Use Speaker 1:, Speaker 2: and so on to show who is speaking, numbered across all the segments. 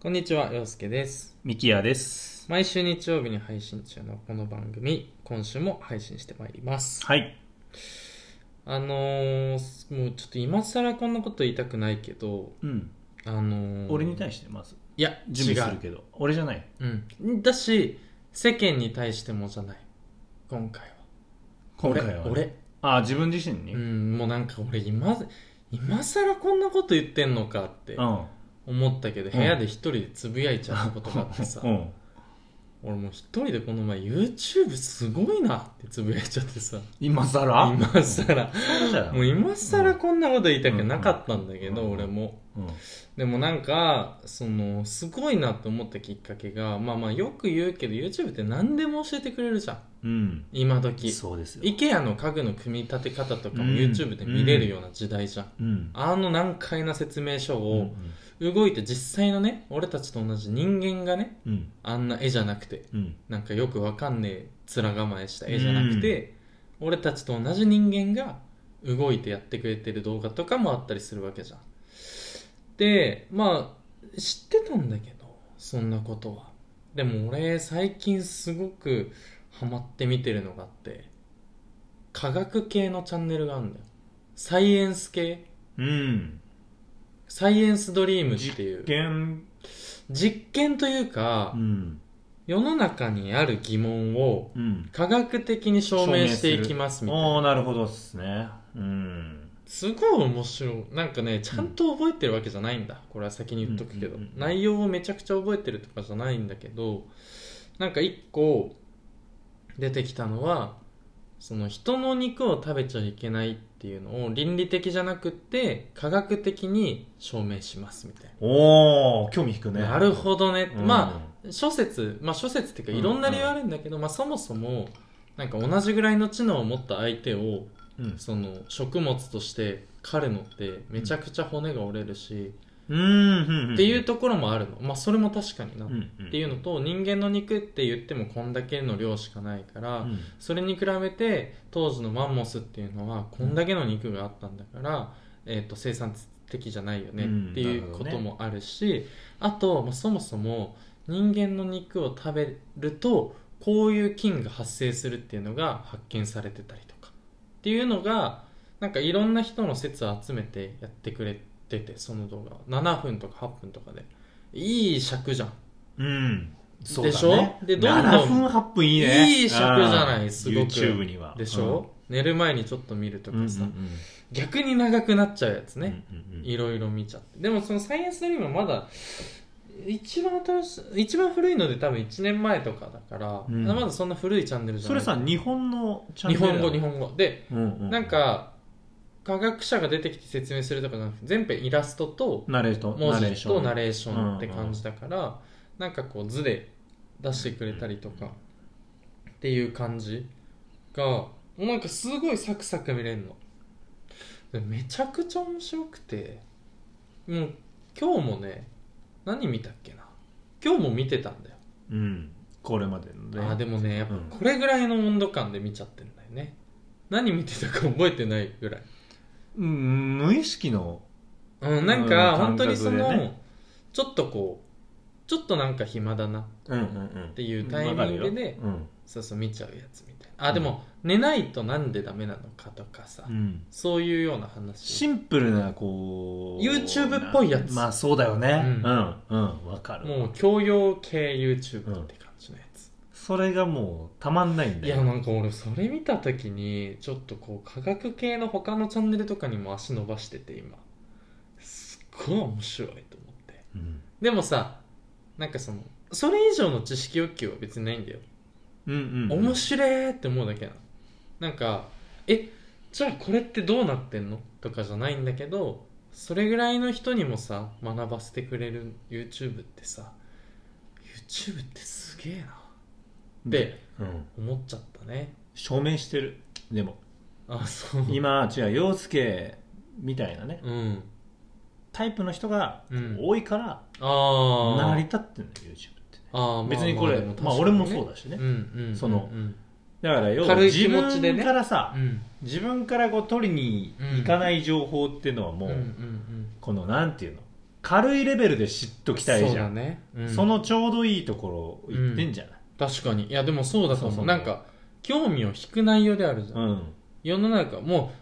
Speaker 1: こんにちは、洋介です。
Speaker 2: ミキヤです。
Speaker 1: 毎週日曜日に配信中のこの番組、今週も配信してまいります。
Speaker 2: はい。
Speaker 1: あのー、もうちょっと今更こんなこと言いたくないけど、
Speaker 2: うん。
Speaker 1: あのー、
Speaker 2: 俺に対してまず
Speaker 1: いや、
Speaker 2: 準備す
Speaker 1: 違
Speaker 2: るけど、俺じゃない。
Speaker 1: う。うん。だし、世間に対してもじゃない。今回は。
Speaker 2: 今回はね、
Speaker 1: 俺。
Speaker 2: ああ、自分自身
Speaker 1: 俺
Speaker 2: に。
Speaker 1: う
Speaker 2: うん。
Speaker 1: ん、もうなんか俺今、今更こんなこと言ってんのかって思ったけど、
Speaker 2: うん
Speaker 1: 部屋で一人でつぶやいちゃったことがあってさ
Speaker 2: う、ん。
Speaker 1: 俺もう一人でこの前 YouTube すごいなってつぶやいちゃってさ、
Speaker 2: 今更
Speaker 1: 今更、
Speaker 2: そうだよ。
Speaker 1: もう今更こんなこと言いたくなかったんだけ
Speaker 2: うん
Speaker 1: ど、
Speaker 2: うん
Speaker 1: 俺も。
Speaker 2: うん。
Speaker 1: でもなんか、その、すごいなって思ったきっかけが、まあまあよく言うけど YouTube って何でも教えてくれるじゃん。
Speaker 2: うん。
Speaker 1: 今時。
Speaker 2: そうですよ。
Speaker 1: IKEA の家具の組み立て方とかも
Speaker 2: うん
Speaker 1: YouTube で見れるような時代じゃん。
Speaker 2: うん。
Speaker 1: あの難解な説明書
Speaker 2: うんう
Speaker 1: を
Speaker 2: ん
Speaker 1: 動いて実際のね、俺たちと同じ人間がね、
Speaker 2: うん。
Speaker 1: あんな絵じゃなくて、
Speaker 2: うん。
Speaker 1: なんかよくわかんねえ面構えした絵じゃなくて、俺たちと同じ人間が動いてやってくれてる動画とかもあったりするわけじゃん。で、まあ、知ってたんだけど、そんなことは。でも俺、最近すごくハマって見てるのがあって、科学系のチャンネルがあるんだよ。サイエンス系
Speaker 2: うん。
Speaker 1: サイエンスドリームっていう
Speaker 2: 実。験。
Speaker 1: 実験というか、
Speaker 2: うん。
Speaker 1: 世の中にある疑問を、
Speaker 2: うん。
Speaker 1: 科学的に証明していきますみたい
Speaker 2: お
Speaker 1: な
Speaker 2: ー、なるほどっすね。うん。
Speaker 1: すごい面白いなんかねちゃんと覚えてるわけじゃないんだ、これは先に言っとくけど、
Speaker 2: うんうんうんうん
Speaker 1: 内容をめちゃくちゃ覚えてるとかじゃないんだけどなんか一個出てきたのはその人の肉を食べちゃいけないっていうのを倫理的じゃなくって科学的に証明しますみたい
Speaker 2: おー、興味引く
Speaker 1: な、
Speaker 2: ね。
Speaker 1: なるほどね、
Speaker 2: うん
Speaker 1: まあ諸説まあ諸説っていうかいろんな理由あるんだけど、まあ、そもそもなんか同じぐらいの知能を持った相手を
Speaker 2: うん。
Speaker 1: その食物として狩るのってめちゃくちゃ骨が折れるし、
Speaker 2: うんうん。ん
Speaker 1: っていう。ところもあるのまあそれも確かにな、
Speaker 2: う
Speaker 1: っ
Speaker 2: ん。って
Speaker 1: いう
Speaker 2: の。
Speaker 1: のと人間の肉って言ってもこんだけの量しかないから、
Speaker 2: うん。
Speaker 1: それに比べて当時のマンモスっていうのはこんだけの肉があったんだから、えー、と生産的じゃないよねっていうこともあるし、あと、まあ、そもそも人間の肉を食べるとこういう菌が発生するっていうのが発見されてたりとかっていうのがなんかいろんな人の説を集めてやってくれててその動画は7分とか8分とかでいい尺じゃん
Speaker 2: うん。そう
Speaker 1: でしょでどんどん
Speaker 2: 7分8分いいね。
Speaker 1: いい尺じゃない
Speaker 2: うん
Speaker 1: すごく
Speaker 2: YouTube には。
Speaker 1: でしょ、寝る前にちょっと見ると
Speaker 2: う
Speaker 1: か
Speaker 2: ん、
Speaker 1: さ、
Speaker 2: うんうんうん
Speaker 1: 逆に長くなっちゃうやつね、
Speaker 2: うんうんうん
Speaker 1: いろいろ見ちゃってでもそのサイエンスドリームはまだ一番新しい一番古いので多分1年前とかだから、
Speaker 2: うん
Speaker 1: まだそんな古いチャンネルじゃ
Speaker 2: そ
Speaker 1: な
Speaker 2: れ
Speaker 1: い
Speaker 2: さ、日本のチャン
Speaker 1: 日
Speaker 2: ネル
Speaker 1: 本
Speaker 2: だ
Speaker 1: 語日本語で、
Speaker 2: うんう
Speaker 1: なん、か科学者が出てきて説明するとかじゃなくて全編イラストと
Speaker 2: ナレート、
Speaker 1: 文
Speaker 2: ナレー
Speaker 1: 字
Speaker 2: ショ
Speaker 1: と
Speaker 2: ン。
Speaker 1: ナレーションって感じだから、なんかこう図で出してくれたりとかっていう感じがもうなんかすごいサクサク見れるのでめちゃくちゃ面白くてもう今日もね何見たっけな今日も見てたんだよ、
Speaker 2: うん。これまでのね。
Speaker 1: あーでもねやっぱ
Speaker 2: うん
Speaker 1: これぐらいの温度感で見ちゃってるんだよね何見てたか覚えてないぐらい
Speaker 2: うん、無意識の、
Speaker 1: うん、なんか
Speaker 2: うん
Speaker 1: 本当にその、
Speaker 2: 感覚でね
Speaker 1: ちょっとこうちょっとなんか暇だな
Speaker 2: うんうんうん。って
Speaker 1: いうタイミングで
Speaker 2: うん。
Speaker 1: そうそう見ちゃうやつみたいなあでも、寝ないとなんでダメなのかとかさ、
Speaker 2: うん。
Speaker 1: そういうような話
Speaker 2: シンプルな、こう。
Speaker 1: YouTube っぽいやつ
Speaker 2: まあそうだよね。
Speaker 1: う
Speaker 2: うんん。うん。わかる。
Speaker 1: もう教養系 YouTube って感じのやつ、
Speaker 2: それがもう、たまんないんだ
Speaker 1: い
Speaker 2: よ。
Speaker 1: やなんか俺それ見た時にちょっとこう科学系の他のチャンネルとかにも足伸ばしてて今すっごい面白いと思って
Speaker 2: うん。
Speaker 1: でもさなんかそのそれ以上の知識欲求は別にないんだよ
Speaker 2: うんうん。
Speaker 1: 面白いって思うだけなのなんかえじゃあこれってどうなってんのとかじゃないんだけどそれぐらいの人にもさ学ばせてくれる YouTube ってさ YouTube ってすげえなって
Speaker 2: うん。
Speaker 1: 思っちゃったね
Speaker 2: 証明してる。でも。
Speaker 1: あそう
Speaker 2: 今違う陽介みたいなね
Speaker 1: うん
Speaker 2: タイプの人が
Speaker 1: うん
Speaker 2: 多いから
Speaker 1: ああ
Speaker 2: 成り立ってんの YouTube ってね
Speaker 1: あーまあ
Speaker 2: 別にこれ
Speaker 1: まあ
Speaker 2: まあ俺もそうだし
Speaker 1: ね
Speaker 2: ね
Speaker 1: うんうんうん
Speaker 2: その
Speaker 1: うん
Speaker 2: だから要は
Speaker 1: 軽い気
Speaker 2: 自
Speaker 1: 持ちでね
Speaker 2: 分から
Speaker 1: う
Speaker 2: さ
Speaker 1: ん
Speaker 2: 自分からこう取りに行かない情報っていうのは
Speaker 1: う
Speaker 2: も
Speaker 1: んうんう
Speaker 2: うんこのなんていうの軽いレベルで知っときたい
Speaker 1: そう
Speaker 2: じゃ
Speaker 1: だ
Speaker 2: んそ,、
Speaker 1: ね、うん
Speaker 2: のちょうどいいところ行ってんじゃない、
Speaker 1: 確かにいやでもそうだと
Speaker 2: そう
Speaker 1: 思
Speaker 2: そうう
Speaker 1: なんか興味を引く内容であるじゃん、
Speaker 2: うん
Speaker 1: 世の中も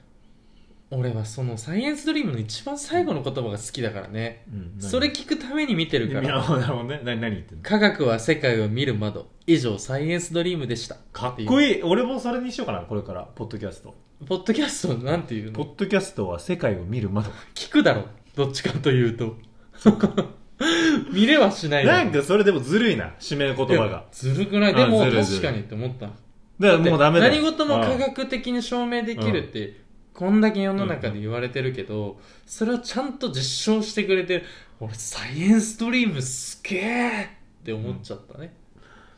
Speaker 1: う俺はそのサイエンスドリームの一番最後の言葉が好きだからね、
Speaker 2: うん
Speaker 1: それ聞くために見てる
Speaker 2: い
Speaker 1: か
Speaker 2: や
Speaker 1: ら
Speaker 2: なるほどね何何言ってんの
Speaker 1: 科学は世界を見る窓以上サイエンスドリームでした
Speaker 2: か
Speaker 1: て
Speaker 2: っ
Speaker 1: いう
Speaker 2: こいい俺もそれにしようかなこれからポッドキャスト
Speaker 1: ポッドキャストなんていう
Speaker 2: ポ
Speaker 1: の
Speaker 2: ッドキャストは世界を見る窓
Speaker 1: 聞くだろどっちかというと 見れはしないだろ
Speaker 2: なんかそれでもずるいな締め言葉
Speaker 1: い
Speaker 2: が
Speaker 1: やずるくないでも
Speaker 2: あずるず
Speaker 1: 確
Speaker 2: る
Speaker 1: かにって思った
Speaker 2: だからもうダメだよ
Speaker 1: 何事も科学的に証明できるって、こんだけ世の中で言われてるけど、それをちゃんと実証してくれてる俺サイエンスドリームすげえって思っちゃったね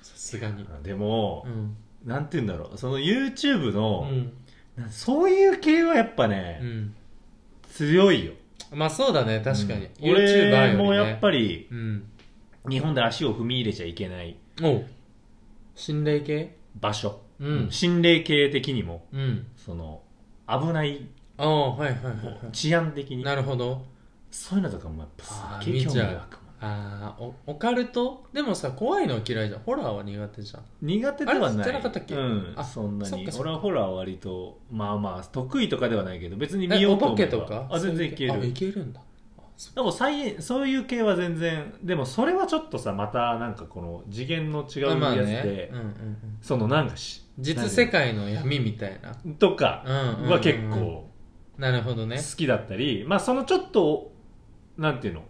Speaker 1: さすがに
Speaker 2: うんでも
Speaker 1: う、ん
Speaker 2: なんて言うんだろうその YouTube
Speaker 1: う
Speaker 2: の、
Speaker 1: ん、
Speaker 2: なんそういう系はやっぱね、
Speaker 1: うん、
Speaker 2: 強いよ
Speaker 1: まあそうだね確かに、
Speaker 2: うん俺もやっ
Speaker 1: り
Speaker 2: ぱり
Speaker 1: うん
Speaker 2: 日本で足を踏み入れちゃいけない
Speaker 1: おう心霊系
Speaker 2: 場所、
Speaker 1: う
Speaker 2: うん
Speaker 1: ん
Speaker 2: 心霊系的にも
Speaker 1: うん
Speaker 2: その危ない
Speaker 1: ああはいはいはい、は
Speaker 2: 治安的
Speaker 1: い、
Speaker 2: に
Speaker 1: なるほど
Speaker 2: そういうのとかもやっぱすっげ
Speaker 1: あー
Speaker 2: え
Speaker 1: 見
Speaker 2: 興
Speaker 1: ち
Speaker 2: 味
Speaker 1: ゃう
Speaker 2: 湧くもん
Speaker 1: ああオカルトでもさ怖いのは嫌いじゃんホラーは苦手じゃん
Speaker 2: 苦手では
Speaker 1: あれ
Speaker 2: ない
Speaker 1: じゃなかったっけ
Speaker 2: うん
Speaker 1: あ
Speaker 2: そんな
Speaker 1: そっ
Speaker 2: に
Speaker 1: かそっか
Speaker 2: 俺はホラーは割とまあまあ得意とかではないけど別に見
Speaker 1: え
Speaker 2: よ
Speaker 1: お
Speaker 2: うと
Speaker 1: 化
Speaker 2: 思え
Speaker 1: け
Speaker 2: ば
Speaker 1: とか
Speaker 2: あ全然いけ
Speaker 1: あい
Speaker 2: る
Speaker 1: けるんだあそ
Speaker 2: でもサイエンそういう系は全然でもそれはちょっとさまたなんかこの次元の違うやつで、
Speaker 1: まあねうんうんうん、
Speaker 2: そのなんかし
Speaker 1: 実世界の闇みたいな、
Speaker 2: とか
Speaker 1: うんうんうん
Speaker 2: は結構
Speaker 1: なるほど
Speaker 2: 好
Speaker 1: ね
Speaker 2: きだったり、まあそのちょっとなんていうの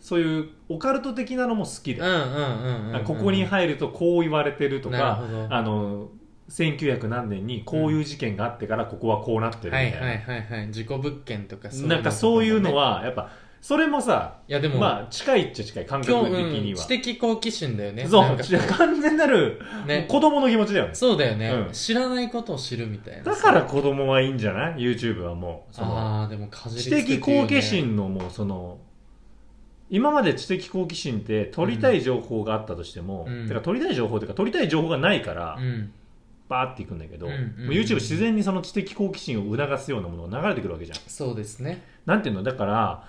Speaker 2: そういうオカルト的なのも好き
Speaker 1: うんう
Speaker 2: で、
Speaker 1: んうんうん、うん、
Speaker 2: ここに入るとこう言われてると
Speaker 1: な
Speaker 2: か
Speaker 1: るほど
Speaker 2: あの1900何年にこういう事件があってからここはこうなってるみ
Speaker 1: は
Speaker 2: たい
Speaker 1: い
Speaker 2: な、
Speaker 1: はいはいはい事故物件とかう
Speaker 2: なんかそういうの
Speaker 1: は
Speaker 2: はやっぱそれもさ
Speaker 1: いやでも、
Speaker 2: まあ近いっちゃ近い感
Speaker 1: 今
Speaker 2: 覚
Speaker 1: 日、
Speaker 2: 的
Speaker 1: うん、
Speaker 2: には
Speaker 1: 知、的好奇心だよね
Speaker 2: そう
Speaker 1: なんか
Speaker 2: 完全なる
Speaker 1: ね
Speaker 2: 子供の気持ちだよね
Speaker 1: そうだよね、
Speaker 2: うん
Speaker 1: 知らないことを知るみたいな
Speaker 2: だから子供はいいんじゃない YouTube はもうその
Speaker 1: ああでもかじり
Speaker 2: 知
Speaker 1: つくってい
Speaker 2: 的
Speaker 1: うね
Speaker 2: 好奇心のもうその今まで知的好奇心って取りたい情報があったとしても、
Speaker 1: うん
Speaker 2: てか取りたい情報というか取りたい情報がないから、
Speaker 1: うん
Speaker 2: バーっていくんだけど、
Speaker 1: うんうんうん
Speaker 2: もう YouTube 自然にその知的好奇心を促すようなものが流れてくるわけじゃん
Speaker 1: そうですね
Speaker 2: なんていうのだから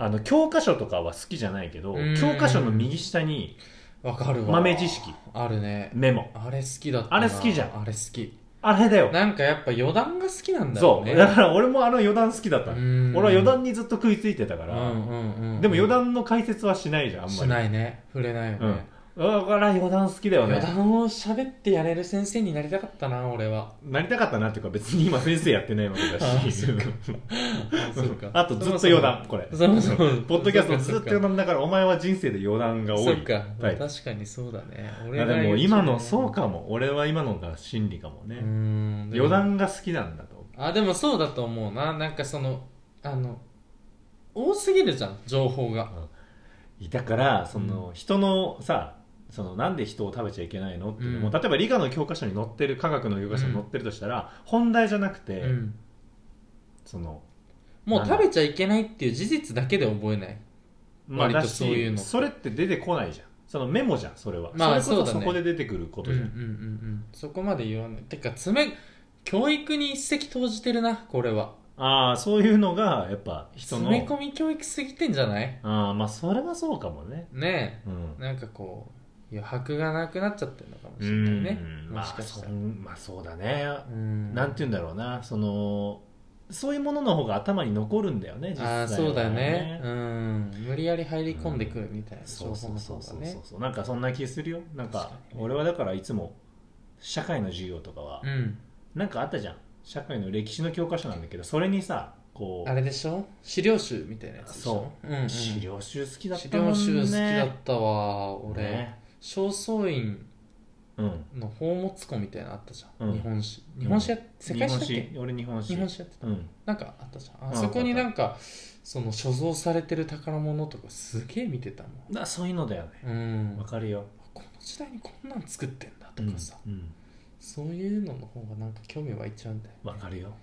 Speaker 2: あの教科書とかは好きじゃないけど、
Speaker 1: うん
Speaker 2: 教科書の右下に
Speaker 1: わかるわ
Speaker 2: 豆知識
Speaker 1: あるね
Speaker 2: メモ
Speaker 1: あれ好きだった
Speaker 2: あれ好きじゃん
Speaker 1: あれ好き
Speaker 2: あれだよ
Speaker 1: なんかやっぱ余談が好きなんだろ
Speaker 2: そうう
Speaker 1: ね
Speaker 2: だから俺もあの余談好きだった、
Speaker 1: うん
Speaker 2: 俺は余談にずっと食いついてたか
Speaker 1: う
Speaker 2: ら、
Speaker 1: んうんうんうん
Speaker 2: でも余談の解説はしないじゃんあんまり
Speaker 1: しないね触れないよね、
Speaker 2: だから余談好きだよね
Speaker 1: 余談を喋ってやれる先生になりたかったな俺 は
Speaker 2: なりたかったなっていうか別に今先生やってないわけだし
Speaker 1: あそうか
Speaker 2: あとずっと余談これ
Speaker 1: そもそも
Speaker 2: ポッドキャストずっと余談だからお前は人生で余談が多
Speaker 1: そ
Speaker 2: いう
Speaker 1: か、
Speaker 2: タイプ
Speaker 1: 確かにそうだね
Speaker 2: い
Speaker 1: 俺
Speaker 2: や
Speaker 1: が
Speaker 2: で
Speaker 1: 言
Speaker 2: も
Speaker 1: う
Speaker 2: 今のそうかも俺は今のが真理かもね、
Speaker 1: うんでも
Speaker 2: 余談が好きなんだと
Speaker 1: あでもそうだと思うななんかそのあの多すぎるじゃん情報が
Speaker 2: だからその、
Speaker 1: う
Speaker 2: 人のさそのなんで人を食べちゃいけないのっていうのも、
Speaker 1: うん
Speaker 2: 例えば理科の教科書に載ってる科学の教科書に載ってるとしたら、本題じゃなくて、
Speaker 1: うん
Speaker 2: その
Speaker 1: もう食べちゃいけないっていう事実だけで覚えない
Speaker 2: まあ
Speaker 1: 割と
Speaker 2: だし
Speaker 1: そういうの
Speaker 2: それって出てこないじゃんそのメモじゃんそれは、
Speaker 1: まあ
Speaker 2: それこ
Speaker 1: そ
Speaker 2: そ
Speaker 1: だ
Speaker 2: うそ
Speaker 1: ね
Speaker 2: こで出てくることじゃん、
Speaker 1: うんうんうんうんそこまで言わないてか爪教育に一石投じてるなこれは
Speaker 2: ああそういうのがやっぱ人の
Speaker 1: 詰め込み教育すぎてんじゃない
Speaker 2: ああまあそれはそうかもね
Speaker 1: ね
Speaker 2: うん
Speaker 1: えなんかこう余白がなくなっちゃってるのかもしれないね
Speaker 2: うん
Speaker 1: も
Speaker 2: ま
Speaker 1: し
Speaker 2: あ
Speaker 1: かし
Speaker 2: そ
Speaker 1: たら、
Speaker 2: んまあそうだね、
Speaker 1: うん
Speaker 2: なんて言うんだろうなそのそういうものの方が頭に残るんだよね実際は
Speaker 1: ああそうだよねうん無理やり入り込んでくるみたいな
Speaker 2: そう
Speaker 1: 情報
Speaker 2: そう
Speaker 1: の
Speaker 2: そ
Speaker 1: 方
Speaker 2: うそ
Speaker 1: が
Speaker 2: う
Speaker 1: ね
Speaker 2: そうそうなんかそんな気するよなんか
Speaker 1: 確かにね
Speaker 2: 俺はだからいつも社会の授業とかは、
Speaker 1: うん
Speaker 2: なんかあったじゃん社会の歴史の教科書なんだけどそれにさこう
Speaker 1: あれでしょ資料集みたいなやつでしょ
Speaker 2: そ
Speaker 1: うんうん、
Speaker 2: 資料集好きだった
Speaker 1: 資料集好きだったたわ俺、
Speaker 2: ね
Speaker 1: 正倉院
Speaker 2: うん
Speaker 1: の宝物庫みたいなのあったじゃん、
Speaker 2: うん
Speaker 1: 日本史日本史やっ世界史だっ
Speaker 2: 日
Speaker 1: け
Speaker 2: 本史俺日本史
Speaker 1: 日本史やってた
Speaker 2: うん
Speaker 1: なんかあったじゃんあ
Speaker 2: うん
Speaker 1: そこになんかその所蔵されてる宝物とかすげえ見てたもん
Speaker 2: だそういうのだよね
Speaker 1: うん
Speaker 2: わかるよ
Speaker 1: この時代にこんなん作ってんだとかさ、
Speaker 2: うん
Speaker 1: そういうのの方がなんか興味湧いちゃうんだよね
Speaker 2: わかるよ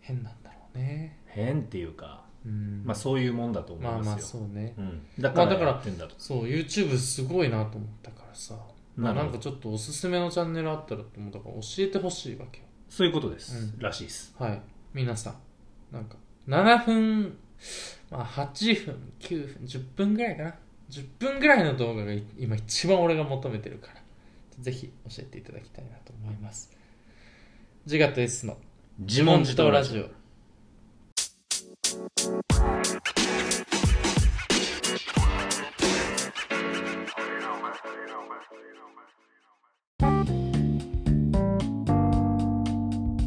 Speaker 1: 変なんだろうね
Speaker 2: 変っていうか
Speaker 1: うん
Speaker 2: まあそういうもんだと思い
Speaker 1: まあ
Speaker 2: ますよ
Speaker 1: まあそうね、
Speaker 2: うんだ
Speaker 1: まあだから
Speaker 2: やってんだと
Speaker 1: そう YouTube すごいなと思ったからさまあ
Speaker 2: な
Speaker 1: な
Speaker 2: る
Speaker 1: ん
Speaker 2: ほ
Speaker 1: か
Speaker 2: ど
Speaker 1: ちょっとおすすめのチャンネルあったらと思ったから教えてほしいわけよ
Speaker 2: そういうことです
Speaker 1: う
Speaker 2: らしいです
Speaker 1: はい皆さんなんか7分まあ、8分9分10分ぐらいかな10分ぐらいの動画がい今一番俺が求めてるからぜひ教えていただきたいなと思います自我と S の
Speaker 2: 自問自答ラ
Speaker 1: 自
Speaker 2: ジオ
Speaker 1: 問自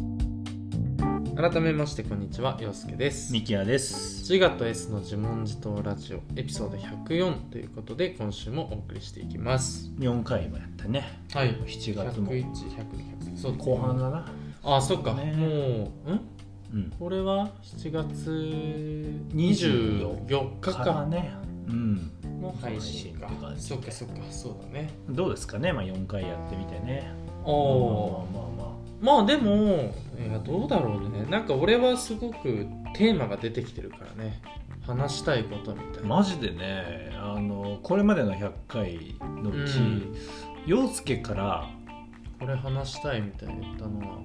Speaker 1: 答ラジオ改めましてこんにちは陽介です
Speaker 2: ミキヤです
Speaker 1: 自我と S の自問自答ラジオエピソード104ということで今週もお送りしていきます
Speaker 2: 4回もやったね
Speaker 1: はい1
Speaker 2: 7
Speaker 1: 0
Speaker 2: 月も
Speaker 1: 1 1 0 0そう
Speaker 2: 後半だな
Speaker 1: あそっか、
Speaker 2: ね
Speaker 1: もううん
Speaker 2: うん
Speaker 1: これは7月
Speaker 2: 24
Speaker 1: 24日
Speaker 2: から
Speaker 1: か
Speaker 2: ねうん
Speaker 1: の配信か
Speaker 2: 配信って感じ
Speaker 1: そっかそっかそうだね
Speaker 2: どうですかねまあ4回やってみてね
Speaker 1: お
Speaker 2: まあ
Speaker 1: お
Speaker 2: まあまあま
Speaker 1: ーまあでもいやどうだろうねなんか俺はすごくテーマが出てきてるからね話したいことみたい
Speaker 2: あ
Speaker 1: な、
Speaker 2: マジでねあのこれまでの100回のう
Speaker 1: う
Speaker 2: ち
Speaker 1: ん
Speaker 2: 陽介から
Speaker 1: これ話したいみたいに言ったのは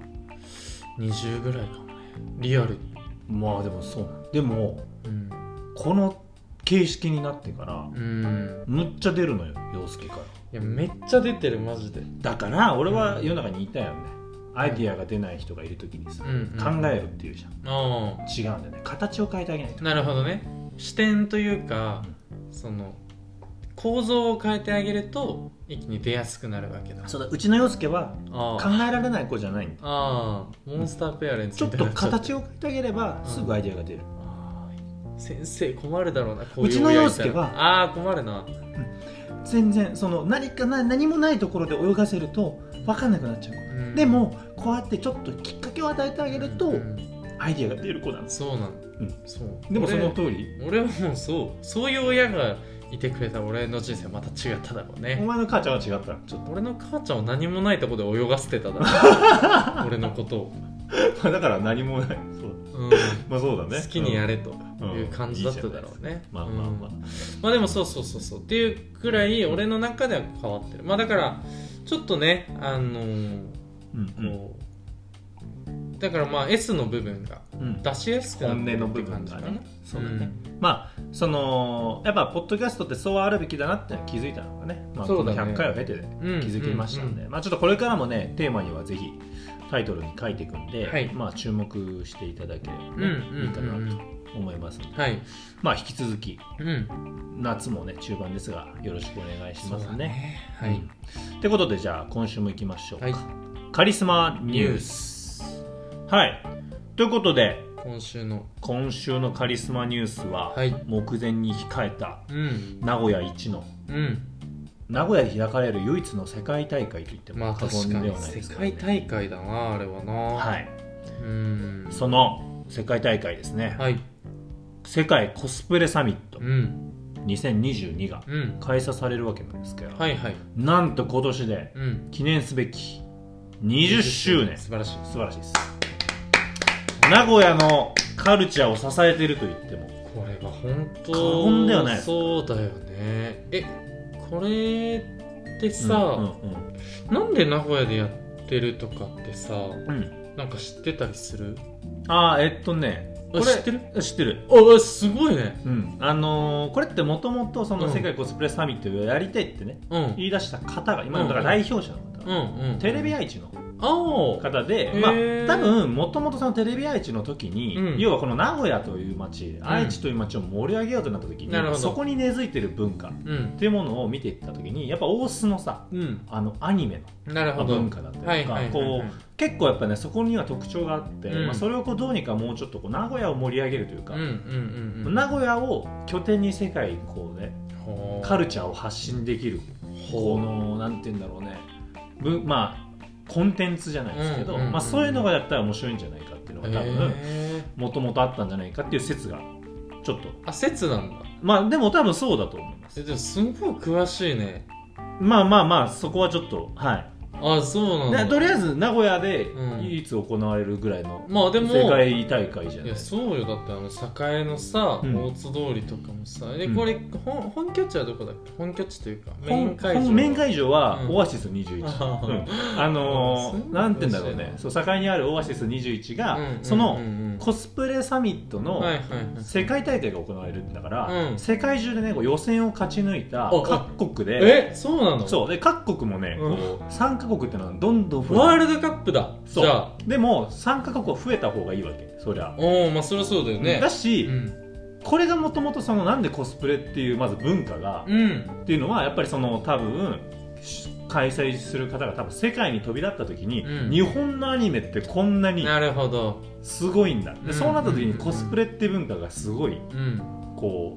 Speaker 1: 20ぐらいかもねリアルに
Speaker 2: まあでもそうでも
Speaker 1: うん
Speaker 2: この形式になってから
Speaker 1: うん
Speaker 2: むっちゃ出るのよ陽介から
Speaker 1: いやめっちゃ出てるマジで
Speaker 2: だから俺は世の中にいたよね、アイディアが出ない人がいる時にさ、
Speaker 1: うんうん
Speaker 2: 考えるっていうじゃん
Speaker 1: ああ
Speaker 2: 違うんだよね形を変えてあげないと
Speaker 1: なるほどね視点というか、その構造を変えてあげると一気に出やすくなるわけだ
Speaker 2: そうだうちの陽介は
Speaker 1: あ
Speaker 2: 考
Speaker 1: あ
Speaker 2: えられない子じゃないんだ
Speaker 1: ああモンスターペアレン
Speaker 2: ち
Speaker 1: ツ
Speaker 2: ょ
Speaker 1: み
Speaker 2: った
Speaker 1: いに
Speaker 2: と
Speaker 1: なゃて
Speaker 2: 形を変えてあげればすぐアイディアが出る、
Speaker 1: ああ先生困るだろうなこういう
Speaker 2: うちの
Speaker 1: 親い
Speaker 2: 洋
Speaker 1: た
Speaker 2: 介
Speaker 1: ら
Speaker 2: は
Speaker 1: ああ困るな
Speaker 2: 全然その何かな何もないところで泳がせると分かんなくなっちゃう子、
Speaker 1: うん
Speaker 2: でもこうやってちょっときっかけを与えてあげると、
Speaker 1: うん
Speaker 2: アイディアが出る子なんです
Speaker 1: そうなん
Speaker 2: ん
Speaker 1: そう
Speaker 2: でもその
Speaker 1: 俺
Speaker 2: 通り
Speaker 1: 俺はもうそうそういう親がいてくれたら俺の人生また違っただろう
Speaker 2: お
Speaker 1: ね
Speaker 2: 前の母ちゃんは違ったちょっ
Speaker 1: 俺の母ちゃんを何もないとこで泳がせてただろ う俺のことを、
Speaker 2: とだから何もないそう
Speaker 1: うん
Speaker 2: まあそうだね
Speaker 1: 好きにやれと
Speaker 2: うん
Speaker 1: いう感じだっただろうね、
Speaker 2: まあまあまあ、
Speaker 1: うんまあでもそうそうそうそうっていうくらい俺の中では変わってるまあだからちょっとねあのー
Speaker 2: うんうん
Speaker 1: こうだからまあ S の部分が
Speaker 2: うん
Speaker 1: 出しやすくな
Speaker 2: 本
Speaker 1: って
Speaker 2: 音
Speaker 1: る
Speaker 2: の
Speaker 1: って
Speaker 2: 部
Speaker 1: 感
Speaker 2: 分
Speaker 1: じか
Speaker 2: が
Speaker 1: な、
Speaker 2: ねそうだね、まあそのやっぱポッドキャストってそうあるべきだなって気づいたのがね、まあ、
Speaker 1: そ
Speaker 2: こ
Speaker 1: うだ
Speaker 2: の
Speaker 1: ね
Speaker 2: 100回を経て
Speaker 1: うん
Speaker 2: 気づきましたんで、
Speaker 1: う
Speaker 2: まあ、ちょっとこれからもねテーマにはぜひタイトルに書いていくんで、
Speaker 1: はい
Speaker 2: まあ、注目していただければね、
Speaker 1: うんうん
Speaker 2: いいか
Speaker 1: うんう
Speaker 2: なんと思いますので、
Speaker 1: はい
Speaker 2: まあ、引き続き
Speaker 1: うん
Speaker 2: 夏もね中盤ですがよろしくお願いします
Speaker 1: そうだ
Speaker 2: ね。
Speaker 1: ねはい、
Speaker 2: うんってことでじゃあ今週も行きましょうか、
Speaker 1: はい
Speaker 2: カリスマニュース。はいということで
Speaker 1: 今週の
Speaker 2: 今週のカリスマニュースは、
Speaker 1: はい
Speaker 2: 目前に控えた
Speaker 1: うん
Speaker 2: 名古屋一の
Speaker 1: うん
Speaker 2: 名古屋で開かれる唯一の世界大会と言って
Speaker 1: ま
Speaker 2: も
Speaker 1: あ
Speaker 2: 過
Speaker 1: 確か
Speaker 2: 言で
Speaker 1: に
Speaker 2: はない
Speaker 1: 世
Speaker 2: ですよね
Speaker 1: 界大会だなあれはな
Speaker 2: はい
Speaker 1: うん
Speaker 2: その世界大会ですね、
Speaker 1: はい
Speaker 2: 世界コスプレサミット
Speaker 1: うん
Speaker 2: 2022が
Speaker 1: うん
Speaker 2: 開催されるわけなんですけど、
Speaker 1: はいはい
Speaker 2: なんと今年で
Speaker 1: うん
Speaker 2: 記念すべき20周年
Speaker 1: 素晴らしい
Speaker 2: 素晴らしいです名古屋のカルチャーを支えていると言っても
Speaker 1: これは本当
Speaker 2: 過言ではない
Speaker 1: そうだよねえこれってさ、
Speaker 2: う
Speaker 1: なんで名古屋でやってるとかってさ
Speaker 2: んうんうんうん
Speaker 1: なんか知ってたりする
Speaker 2: ああえっとねこ
Speaker 1: あ
Speaker 2: れ
Speaker 1: 知ってる
Speaker 2: 知ってる
Speaker 1: あすごいね
Speaker 2: うんあのーこれってもともとその
Speaker 1: うん
Speaker 2: 世界コスプレサミットをやりたいってね、
Speaker 1: うん
Speaker 2: 言い出した方が今のだから代表者の方、
Speaker 1: うんうん
Speaker 2: テレビ愛知の
Speaker 1: ああ
Speaker 2: 方で、
Speaker 1: へ
Speaker 2: まあ
Speaker 1: ー、
Speaker 2: 多分もともとそのテレビ愛知の時に、
Speaker 1: うん
Speaker 2: 要はこの名古屋という町愛知という町を盛り上げようとなった時に、
Speaker 1: なるほど
Speaker 2: そこに根付いてる文化っ
Speaker 1: うん
Speaker 2: ていうものを見ていった時にやっぱ大須のさ
Speaker 1: うん
Speaker 2: あのアニメの
Speaker 1: なる
Speaker 2: ま
Speaker 1: ほ
Speaker 2: あ
Speaker 1: ど
Speaker 2: 文化だった
Speaker 1: は
Speaker 2: り
Speaker 1: い
Speaker 2: と
Speaker 1: はい
Speaker 2: か
Speaker 1: はい
Speaker 2: こう結構やっぱねそこには特徴があって、
Speaker 1: うん
Speaker 2: まあ、それをこうどうにかもうちょっとこう名古屋を盛り上げるというか、
Speaker 1: うんうんうんうん
Speaker 2: 名古屋を拠点に世界にこうね
Speaker 1: ほう
Speaker 2: カルチャーを発信できるこのなんて言うんだろうねぶまあコンテンツじゃないですけど、
Speaker 1: うんうんうん
Speaker 2: まあ、そういうのがやったら面白いんじゃないかっていうのが多分
Speaker 1: へえ
Speaker 2: もともとあったんじゃないかっていう説がちょっと
Speaker 1: あ説なんだ
Speaker 2: まあでも多分そうだと思います
Speaker 1: えでもすごい詳しいね
Speaker 2: まあまあまあそこはちょっとはい
Speaker 1: あそうなん
Speaker 2: な
Speaker 1: だ
Speaker 2: とりあえず名古屋で
Speaker 1: うん
Speaker 2: 唯一行われるぐらいの
Speaker 1: まあでも
Speaker 2: 世界大会じゃない
Speaker 1: いやそうよだってあの栄のさ、
Speaker 2: うん
Speaker 1: 大津通りとかもさで
Speaker 2: うん
Speaker 1: これ、ほん本拠地はどこだっけ本拠地というかメイン
Speaker 2: 本
Speaker 1: 会場
Speaker 2: 本メイン会場は
Speaker 1: うん
Speaker 2: オアシス21、
Speaker 1: あー
Speaker 2: うんあの
Speaker 1: そう
Speaker 2: ー、なんて言うんだろうねそう境にあるオアシス21が、そのコスプレサミットの
Speaker 1: はいはいはい
Speaker 2: 世界大会が行われるんだから、
Speaker 1: うん
Speaker 2: 世界中でねこう予選を勝ち抜いた
Speaker 1: お
Speaker 2: 各国で
Speaker 1: えそうなの
Speaker 2: そうで各国もね、
Speaker 1: うん
Speaker 2: こう参加国ってのはどんどん増えて
Speaker 1: ワールドカップだ
Speaker 2: そ
Speaker 1: じ
Speaker 2: う
Speaker 1: ゃあ
Speaker 2: でも参加国は増えた方がいいわけそりゃ、
Speaker 1: おおまあそりゃそうだよね
Speaker 2: だし、
Speaker 1: うん
Speaker 2: これがもともとそのなんでコスプレっていうまず文化が、
Speaker 1: うん
Speaker 2: っていうのはやっぱりその多分し開催する方が多分世界に飛び立った時に、
Speaker 1: うん
Speaker 2: 日本のアニメってこんなに
Speaker 1: なるほど
Speaker 2: すごいんだで、
Speaker 1: うん
Speaker 2: そうなった時
Speaker 1: うん
Speaker 2: にコスプレって文化がすご
Speaker 1: う
Speaker 2: い
Speaker 1: ん
Speaker 2: こ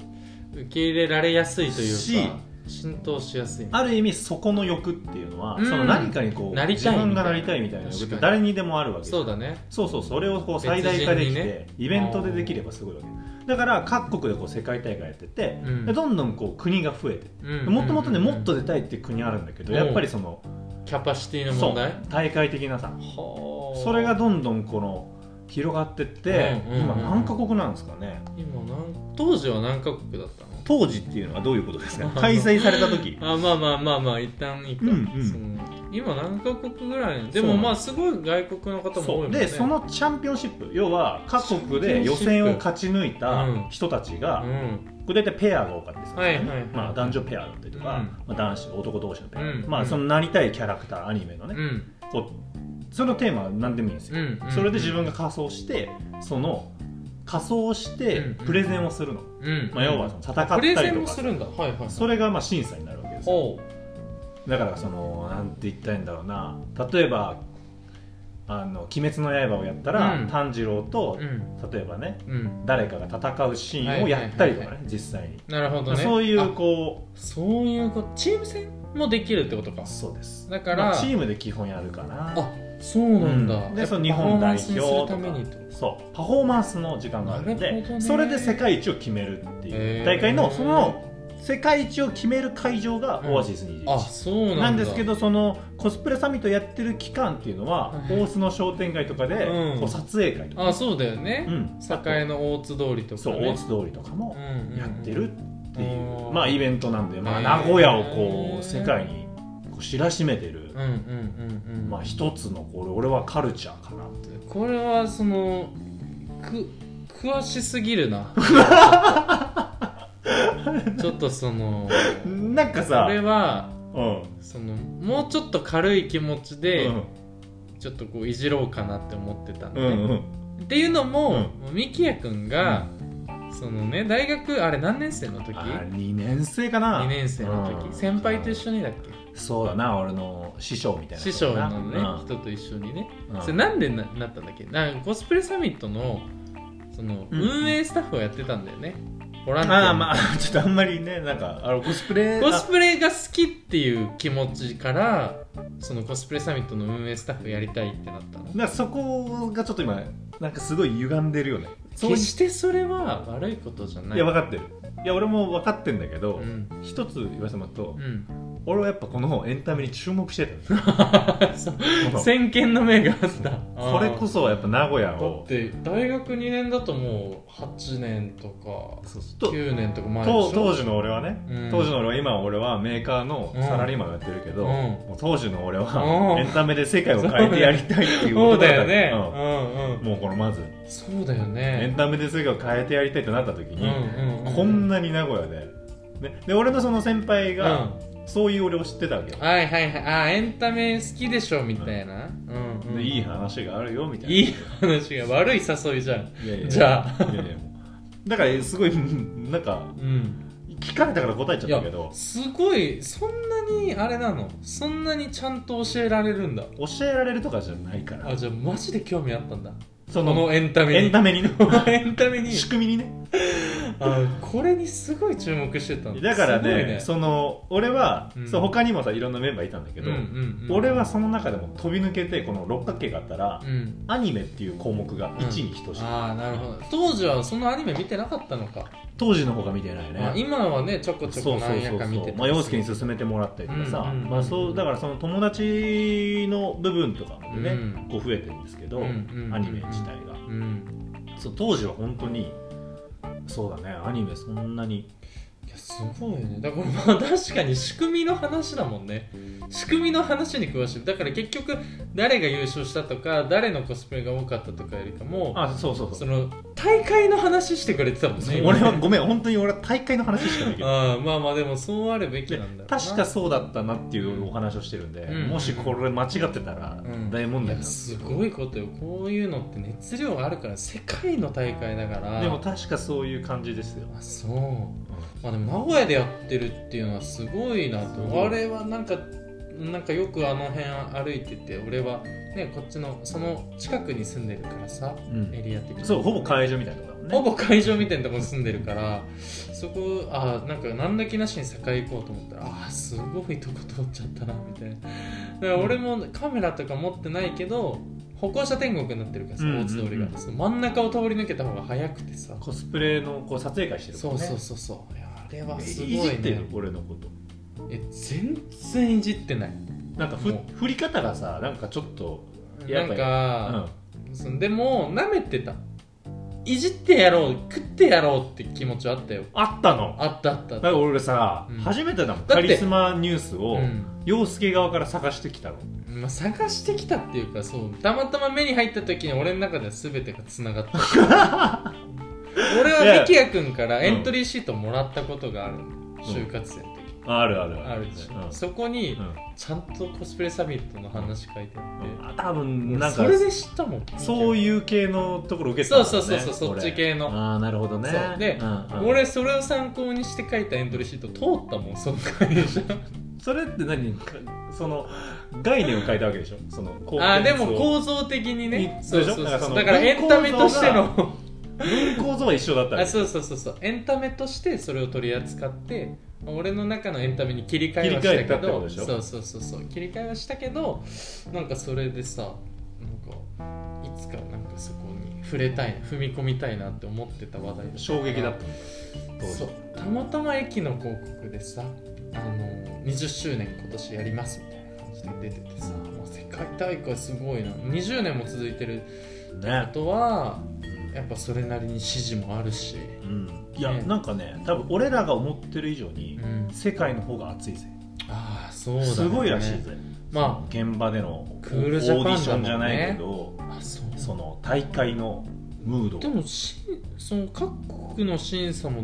Speaker 2: う
Speaker 1: 受け入れられやすいという
Speaker 2: し
Speaker 1: か浸透しやすい
Speaker 2: ある意味そこの欲っていうのは、
Speaker 1: うん
Speaker 2: その何かにこう
Speaker 1: なり
Speaker 2: 自
Speaker 1: たい
Speaker 2: 分がなりたいみたいな欲っ
Speaker 1: 確か
Speaker 2: て
Speaker 1: に
Speaker 2: 誰にでもあるわけ
Speaker 1: そうだね
Speaker 2: そうそうそれをこう最大化でき
Speaker 1: 別人
Speaker 2: て、
Speaker 1: にね
Speaker 2: イベントでできればすごいわけだから各国でこう世界大会やってて、
Speaker 1: うん
Speaker 2: でどんどんこう国が増えて
Speaker 1: うん
Speaker 2: もともとね
Speaker 1: うん
Speaker 2: もっと出たいっていう国あるんだけど、
Speaker 1: うん
Speaker 2: やっぱりその
Speaker 1: キャパシティの
Speaker 2: そ
Speaker 1: 問題
Speaker 2: う大会的なさ
Speaker 1: はあ
Speaker 2: それがどんどんこの広がってって、
Speaker 1: うんうんうん
Speaker 2: 今何カ国なんですかね
Speaker 1: 今なん当時は何カ国だったの
Speaker 2: 当時っていうのはどういうことですか開催された時
Speaker 1: あまあまあまあまあ一旦いいか、
Speaker 2: うんうん
Speaker 1: その今何カ国ぐらいで
Speaker 2: そうな
Speaker 1: も
Speaker 2: の
Speaker 1: まあすごい外国の方も多い
Speaker 2: そ
Speaker 1: も
Speaker 2: うん
Speaker 1: ね
Speaker 2: でそのチャンピオンシップ要は各国で予選を勝ち抜いた人たち
Speaker 1: う
Speaker 2: が、
Speaker 1: ん
Speaker 2: これ大体ペアが多かったですよね、
Speaker 1: はいはいはい
Speaker 2: まあ、男女ペアだったりとか、
Speaker 1: うん
Speaker 2: まあ、男子男同士のペア、
Speaker 1: うん
Speaker 2: まあ、そのなりたいキャラクターアニメの
Speaker 1: う
Speaker 2: ね、
Speaker 1: ん
Speaker 2: こうそのテーマは何でもいいんですよ、
Speaker 1: うんうん
Speaker 2: それで自分が仮装してその仮装して
Speaker 1: うん
Speaker 2: プレゼンをするの、
Speaker 1: うん
Speaker 2: まあ、要はその戦
Speaker 1: プレ
Speaker 2: った
Speaker 1: ゼ
Speaker 2: り
Speaker 1: ン
Speaker 2: と
Speaker 1: も
Speaker 2: か
Speaker 1: するんだはいはい
Speaker 2: それがまあ審査になるわけですよ
Speaker 1: おう
Speaker 2: だからそのなんて言ったらいいんだろうな例えば「あの鬼滅の刃」をやったら、
Speaker 1: うん
Speaker 2: 炭治郎と
Speaker 1: う、ん
Speaker 2: 例えばね
Speaker 1: うん
Speaker 2: 誰かが戦うシーンをやったりとかね、
Speaker 1: はいはい
Speaker 2: 実際に、
Speaker 1: なるほどね
Speaker 2: そうい
Speaker 1: あ
Speaker 2: うこ
Speaker 1: そういうことチーム戦もできるってことか
Speaker 2: うそうです
Speaker 1: だから
Speaker 2: まあチームで基本やるかな
Speaker 1: あそうなんだ、
Speaker 2: うんでその日本代
Speaker 1: パ
Speaker 2: 表
Speaker 1: フォーマンスにする
Speaker 2: と
Speaker 1: た
Speaker 2: か
Speaker 1: めにってこと
Speaker 2: そうパフォーマンスの時間があるん
Speaker 1: なる
Speaker 2: で
Speaker 1: ほどね
Speaker 2: それで世界一を決めるってい
Speaker 1: へ
Speaker 2: う
Speaker 1: ー
Speaker 2: 大会のその世界一を決める会場がオアシス21、
Speaker 1: あそうなんだ
Speaker 2: なんですけどそのコスプレサミットやってる期間っていうのは、
Speaker 1: はい
Speaker 2: 大須の商店街とかで、
Speaker 1: うん
Speaker 2: こう撮影会とか、
Speaker 1: あそうだよね、
Speaker 2: うん
Speaker 1: 栄の大津通りとか、
Speaker 2: そう
Speaker 1: ね、
Speaker 2: 大津通りとかも
Speaker 1: うんうん
Speaker 2: やってるっていう、
Speaker 1: うん
Speaker 2: まあイベントなんで、まあ、
Speaker 1: へー
Speaker 2: 名古屋をこう世界にこう知らしめてる
Speaker 1: うん、うんうんうん
Speaker 2: まあ、一つのこれ俺はカルチャーかなって
Speaker 1: これはそのく詳しすぎる なちょっとその
Speaker 2: なんかさ
Speaker 1: これは
Speaker 2: うん
Speaker 1: そのもうちょっと軽い気持ちで、ちょっとこういじろうかなって思ってたん
Speaker 2: う
Speaker 1: で、
Speaker 2: んうん
Speaker 1: っていうのも、ミキヤくんが、そのね大学あれ何年生の時
Speaker 2: あ2年生かな
Speaker 1: 2年生の時、
Speaker 2: うん
Speaker 1: 先輩と一緒にだっ
Speaker 2: そうだな俺の師匠み
Speaker 1: け
Speaker 2: たいな
Speaker 1: 師
Speaker 2: 人
Speaker 1: 匠
Speaker 2: だな
Speaker 1: のね、
Speaker 2: うん
Speaker 1: 人と一緒にね
Speaker 2: うん
Speaker 1: それなんでななったんだっけなんかコスプレサミットのその
Speaker 2: うん
Speaker 1: 運営スタッフをやってたんだよね、ボランティア
Speaker 2: あ
Speaker 1: の
Speaker 2: あまあちょっとあんまりねなんかあのコスプレ
Speaker 1: コスプレが好きっていう気持ちからそのコスプレサミットの運営スタッフやりたいってなったの
Speaker 2: なんかそこがちょっと今なんかすごい歪んでるよねそうい
Speaker 1: 決してそれは悪いことじゃない
Speaker 2: いや分かってるいや俺も分かってんだけど、
Speaker 1: うん
Speaker 2: 一つ言わせてもらうと、
Speaker 1: うん、
Speaker 2: 俺はやっぱこのエンタメに注目してたんです
Speaker 1: そ
Speaker 2: よ
Speaker 1: う
Speaker 2: この
Speaker 1: 先見の目があった
Speaker 2: これこ そやっぱ名古屋
Speaker 1: だっ
Speaker 2: を
Speaker 1: て大学2年だともう8年とか
Speaker 2: そうそうと
Speaker 1: 9年とか前でしょ
Speaker 2: 当当時の俺はね、
Speaker 1: うん
Speaker 2: 当時の俺は今俺はメーカーのサラリーマンをやってるけど、
Speaker 1: うん
Speaker 2: もう当時の俺
Speaker 1: う
Speaker 2: は
Speaker 1: ん
Speaker 2: エンタメで世界を変えてやりたいっていう
Speaker 1: そ
Speaker 2: こ
Speaker 1: う
Speaker 2: と
Speaker 1: だ
Speaker 2: だ
Speaker 1: よ
Speaker 2: った
Speaker 1: ね、
Speaker 2: うん
Speaker 1: うんうん
Speaker 2: もうこのまず
Speaker 1: そうだよ
Speaker 2: エン
Speaker 1: ね
Speaker 2: タメで世界を変えてやりたいってなった時に、
Speaker 1: うんうんうん
Speaker 2: こんなに名古屋で、ね、で俺のその先輩
Speaker 1: うん
Speaker 2: が、そういう俺を知ってたわけよ、
Speaker 1: はいはいはいあエンタメ好きでしょみたいな、うんうん
Speaker 2: でいい話があるよみたいない
Speaker 1: い話が悪い誘いじゃん
Speaker 2: いやいや
Speaker 1: じゃあ
Speaker 2: いやいやだからすごい うんなんか
Speaker 1: うん
Speaker 2: 聞かれたから答えちゃ
Speaker 1: い
Speaker 2: った
Speaker 1: や
Speaker 2: けど
Speaker 1: すごいそんなにあれなのそんなにちゃんと教えられるんだ
Speaker 2: 教えられるとかじゃないから
Speaker 1: あじゃあマジで興味あったんだ
Speaker 2: そ
Speaker 1: このエンタメに
Speaker 2: エンタメにね
Speaker 1: このエンタメに
Speaker 2: 仕組みにね
Speaker 1: あこれにすごい注目してたん
Speaker 2: だからね
Speaker 1: す
Speaker 2: その俺は、
Speaker 1: うん
Speaker 2: そう他にもさいろんなメンバーいたんだけ
Speaker 1: ごいね
Speaker 2: ど、
Speaker 1: うんうんうん、
Speaker 2: 俺はその中でも飛び抜けてこの六角形があったら、
Speaker 1: うん
Speaker 2: アニメっていう項目が1に等しい、
Speaker 1: ああなるほど当時はそのアニメ見てなかったのか、
Speaker 2: 当時の方が見てないね
Speaker 1: まあ、今はねちょこちょ
Speaker 2: そ
Speaker 1: こ
Speaker 2: うそ
Speaker 1: な
Speaker 2: うん
Speaker 1: や
Speaker 2: そう
Speaker 1: か見
Speaker 2: そ
Speaker 1: て
Speaker 2: う、まあ、洋介に勧めてもらったりとかさ、
Speaker 1: うんうんうん
Speaker 2: まあ、そうだからその友達の部分とかもね、
Speaker 1: うん
Speaker 2: こう増えてるんですけど、アニメ自体が
Speaker 1: うん
Speaker 2: そう当時は本当にそうだねアニメそんなに
Speaker 1: いやすごいねだからまあ確かに仕組みの話だもんね仕組みの話に詳しいだから結局誰が優勝したとか誰のコスプレが多かったとかよりかも
Speaker 2: あそうそうそ
Speaker 1: そうの大会の話してくれてたもんね
Speaker 2: 俺はごめん本当に俺は大会の話しかないけど
Speaker 1: ああまあまあでもそうあるべき
Speaker 2: で
Speaker 1: なんだろうな
Speaker 2: 確かそうだったなっていうお話をしてるんで、
Speaker 1: うん
Speaker 2: もしこれ間違ってたら
Speaker 1: うん
Speaker 2: 大問
Speaker 1: い
Speaker 2: 題なん
Speaker 1: や
Speaker 2: です
Speaker 1: す
Speaker 2: けど
Speaker 1: ごいことよこういうのって熱量があるから世界の大会だから
Speaker 2: でも確かそういう感じですよ、
Speaker 1: あそうまあでも名古屋でやってるっていうのはすごいな
Speaker 2: すご
Speaker 1: と
Speaker 2: い
Speaker 1: あれはなんかなんかよくあの辺歩いてて俺はねこっちのその近くに住んでるからさ
Speaker 2: うん
Speaker 1: エリア的に
Speaker 2: そうほぼ会場みたいなとこだもんね
Speaker 1: ほぼ会場みたいなとこに住んでるからそこあなんか何だ気なしに栄行こうと思ったらあーすごいとこ通っちゃったなみたいなだから俺もカメラとか持ってないけど歩行者天国になってるからさ
Speaker 2: うんうんうん
Speaker 1: 大津通りが、その真ん中を通り抜けた方が早くてさ
Speaker 2: コスプレのこう撮影会してる
Speaker 1: そ
Speaker 2: もん
Speaker 1: う
Speaker 2: ね
Speaker 1: そうそうそういやあれは
Speaker 2: え
Speaker 1: すごい
Speaker 2: いじってる
Speaker 1: ね
Speaker 2: 俺のこと
Speaker 1: え全然いじってない
Speaker 2: なんかふ
Speaker 1: も
Speaker 2: 振り方がさなんかちょっと
Speaker 1: な
Speaker 2: やっぱ
Speaker 1: ん
Speaker 2: り
Speaker 1: か、そのでもなめてたいじってやろう食ってやろうって気持ちはあったよ
Speaker 2: あったの
Speaker 1: あったあったあ
Speaker 2: だ
Speaker 1: っ
Speaker 2: か
Speaker 1: た
Speaker 2: ら俺さ、
Speaker 1: うん
Speaker 2: 初めてだもん
Speaker 1: だっ
Speaker 2: カ
Speaker 1: て
Speaker 2: リスマニュースを、
Speaker 1: うん
Speaker 2: 陽介側から探してきたの
Speaker 1: まあ、探してきたっていうかそうたまたま目に入った時に俺の中では全てがつながった 俺
Speaker 2: いやい
Speaker 1: は
Speaker 2: や
Speaker 1: ミキヤ君から
Speaker 2: うん
Speaker 1: エントリーシートもらったことがある、就活生の時
Speaker 2: あるある
Speaker 1: あるでしょ、そこに
Speaker 2: うん
Speaker 1: ちゃんとコスプレサミットの話書いてあ
Speaker 2: うん
Speaker 1: っ
Speaker 2: あ多
Speaker 1: て、
Speaker 2: 分なん
Speaker 1: そ
Speaker 2: か
Speaker 1: れで知ったもん
Speaker 2: そう
Speaker 1: う
Speaker 2: いう系のところ受けてたんだね
Speaker 1: そうそうそうそう
Speaker 2: 俺
Speaker 1: そっち系の
Speaker 2: ああなるほどね
Speaker 1: そうで
Speaker 2: んうん
Speaker 1: 俺それを参考にして書いたエントリーシート通ったもんその会社
Speaker 2: それって何かその概念を変えたわけでしょそのコンテンツを
Speaker 1: あーでも構造的にね
Speaker 2: い
Speaker 1: そう
Speaker 2: でし
Speaker 1: そう
Speaker 2: ょだからそ
Speaker 1: そう
Speaker 2: の
Speaker 1: だからエンタメとしての
Speaker 2: 文構造は一緒だったわ
Speaker 1: あ
Speaker 2: け
Speaker 1: そうそうそうそうエンタメとしてそれを取り扱って俺の中のエンタメに切り替えはし
Speaker 2: 切り替
Speaker 1: た
Speaker 2: えたっ
Speaker 1: け
Speaker 2: てこと
Speaker 1: ど
Speaker 2: でしょ
Speaker 1: そうそうそうそう切り替えはしたけどなんかそれでさなんかいつかなんかそこに触れたい踏み込みたいなって思ってた話題だ
Speaker 2: 衝撃だったんだ当時
Speaker 1: そうたまたま駅の広告でさあの20周年今年やりますみたいな感じで出ててさもう世界大会すごいな20年も続いてるあ
Speaker 2: ね
Speaker 1: とはやっぱそれなりに支持もあるし
Speaker 2: うんいや
Speaker 1: ね
Speaker 2: なんかね多分俺らが思ってる以上に
Speaker 1: うん
Speaker 2: 世界の方が熱いぜ
Speaker 1: ああそうだ、ね、
Speaker 2: すごいらしいぜ
Speaker 1: ま
Speaker 2: 現場でのオ
Speaker 1: クールジャパ
Speaker 2: ー
Speaker 1: ン
Speaker 2: デ
Speaker 1: だもんね
Speaker 2: ィションじゃないけど
Speaker 1: ああそう
Speaker 2: その大会のムード
Speaker 1: でもしその各国の審査も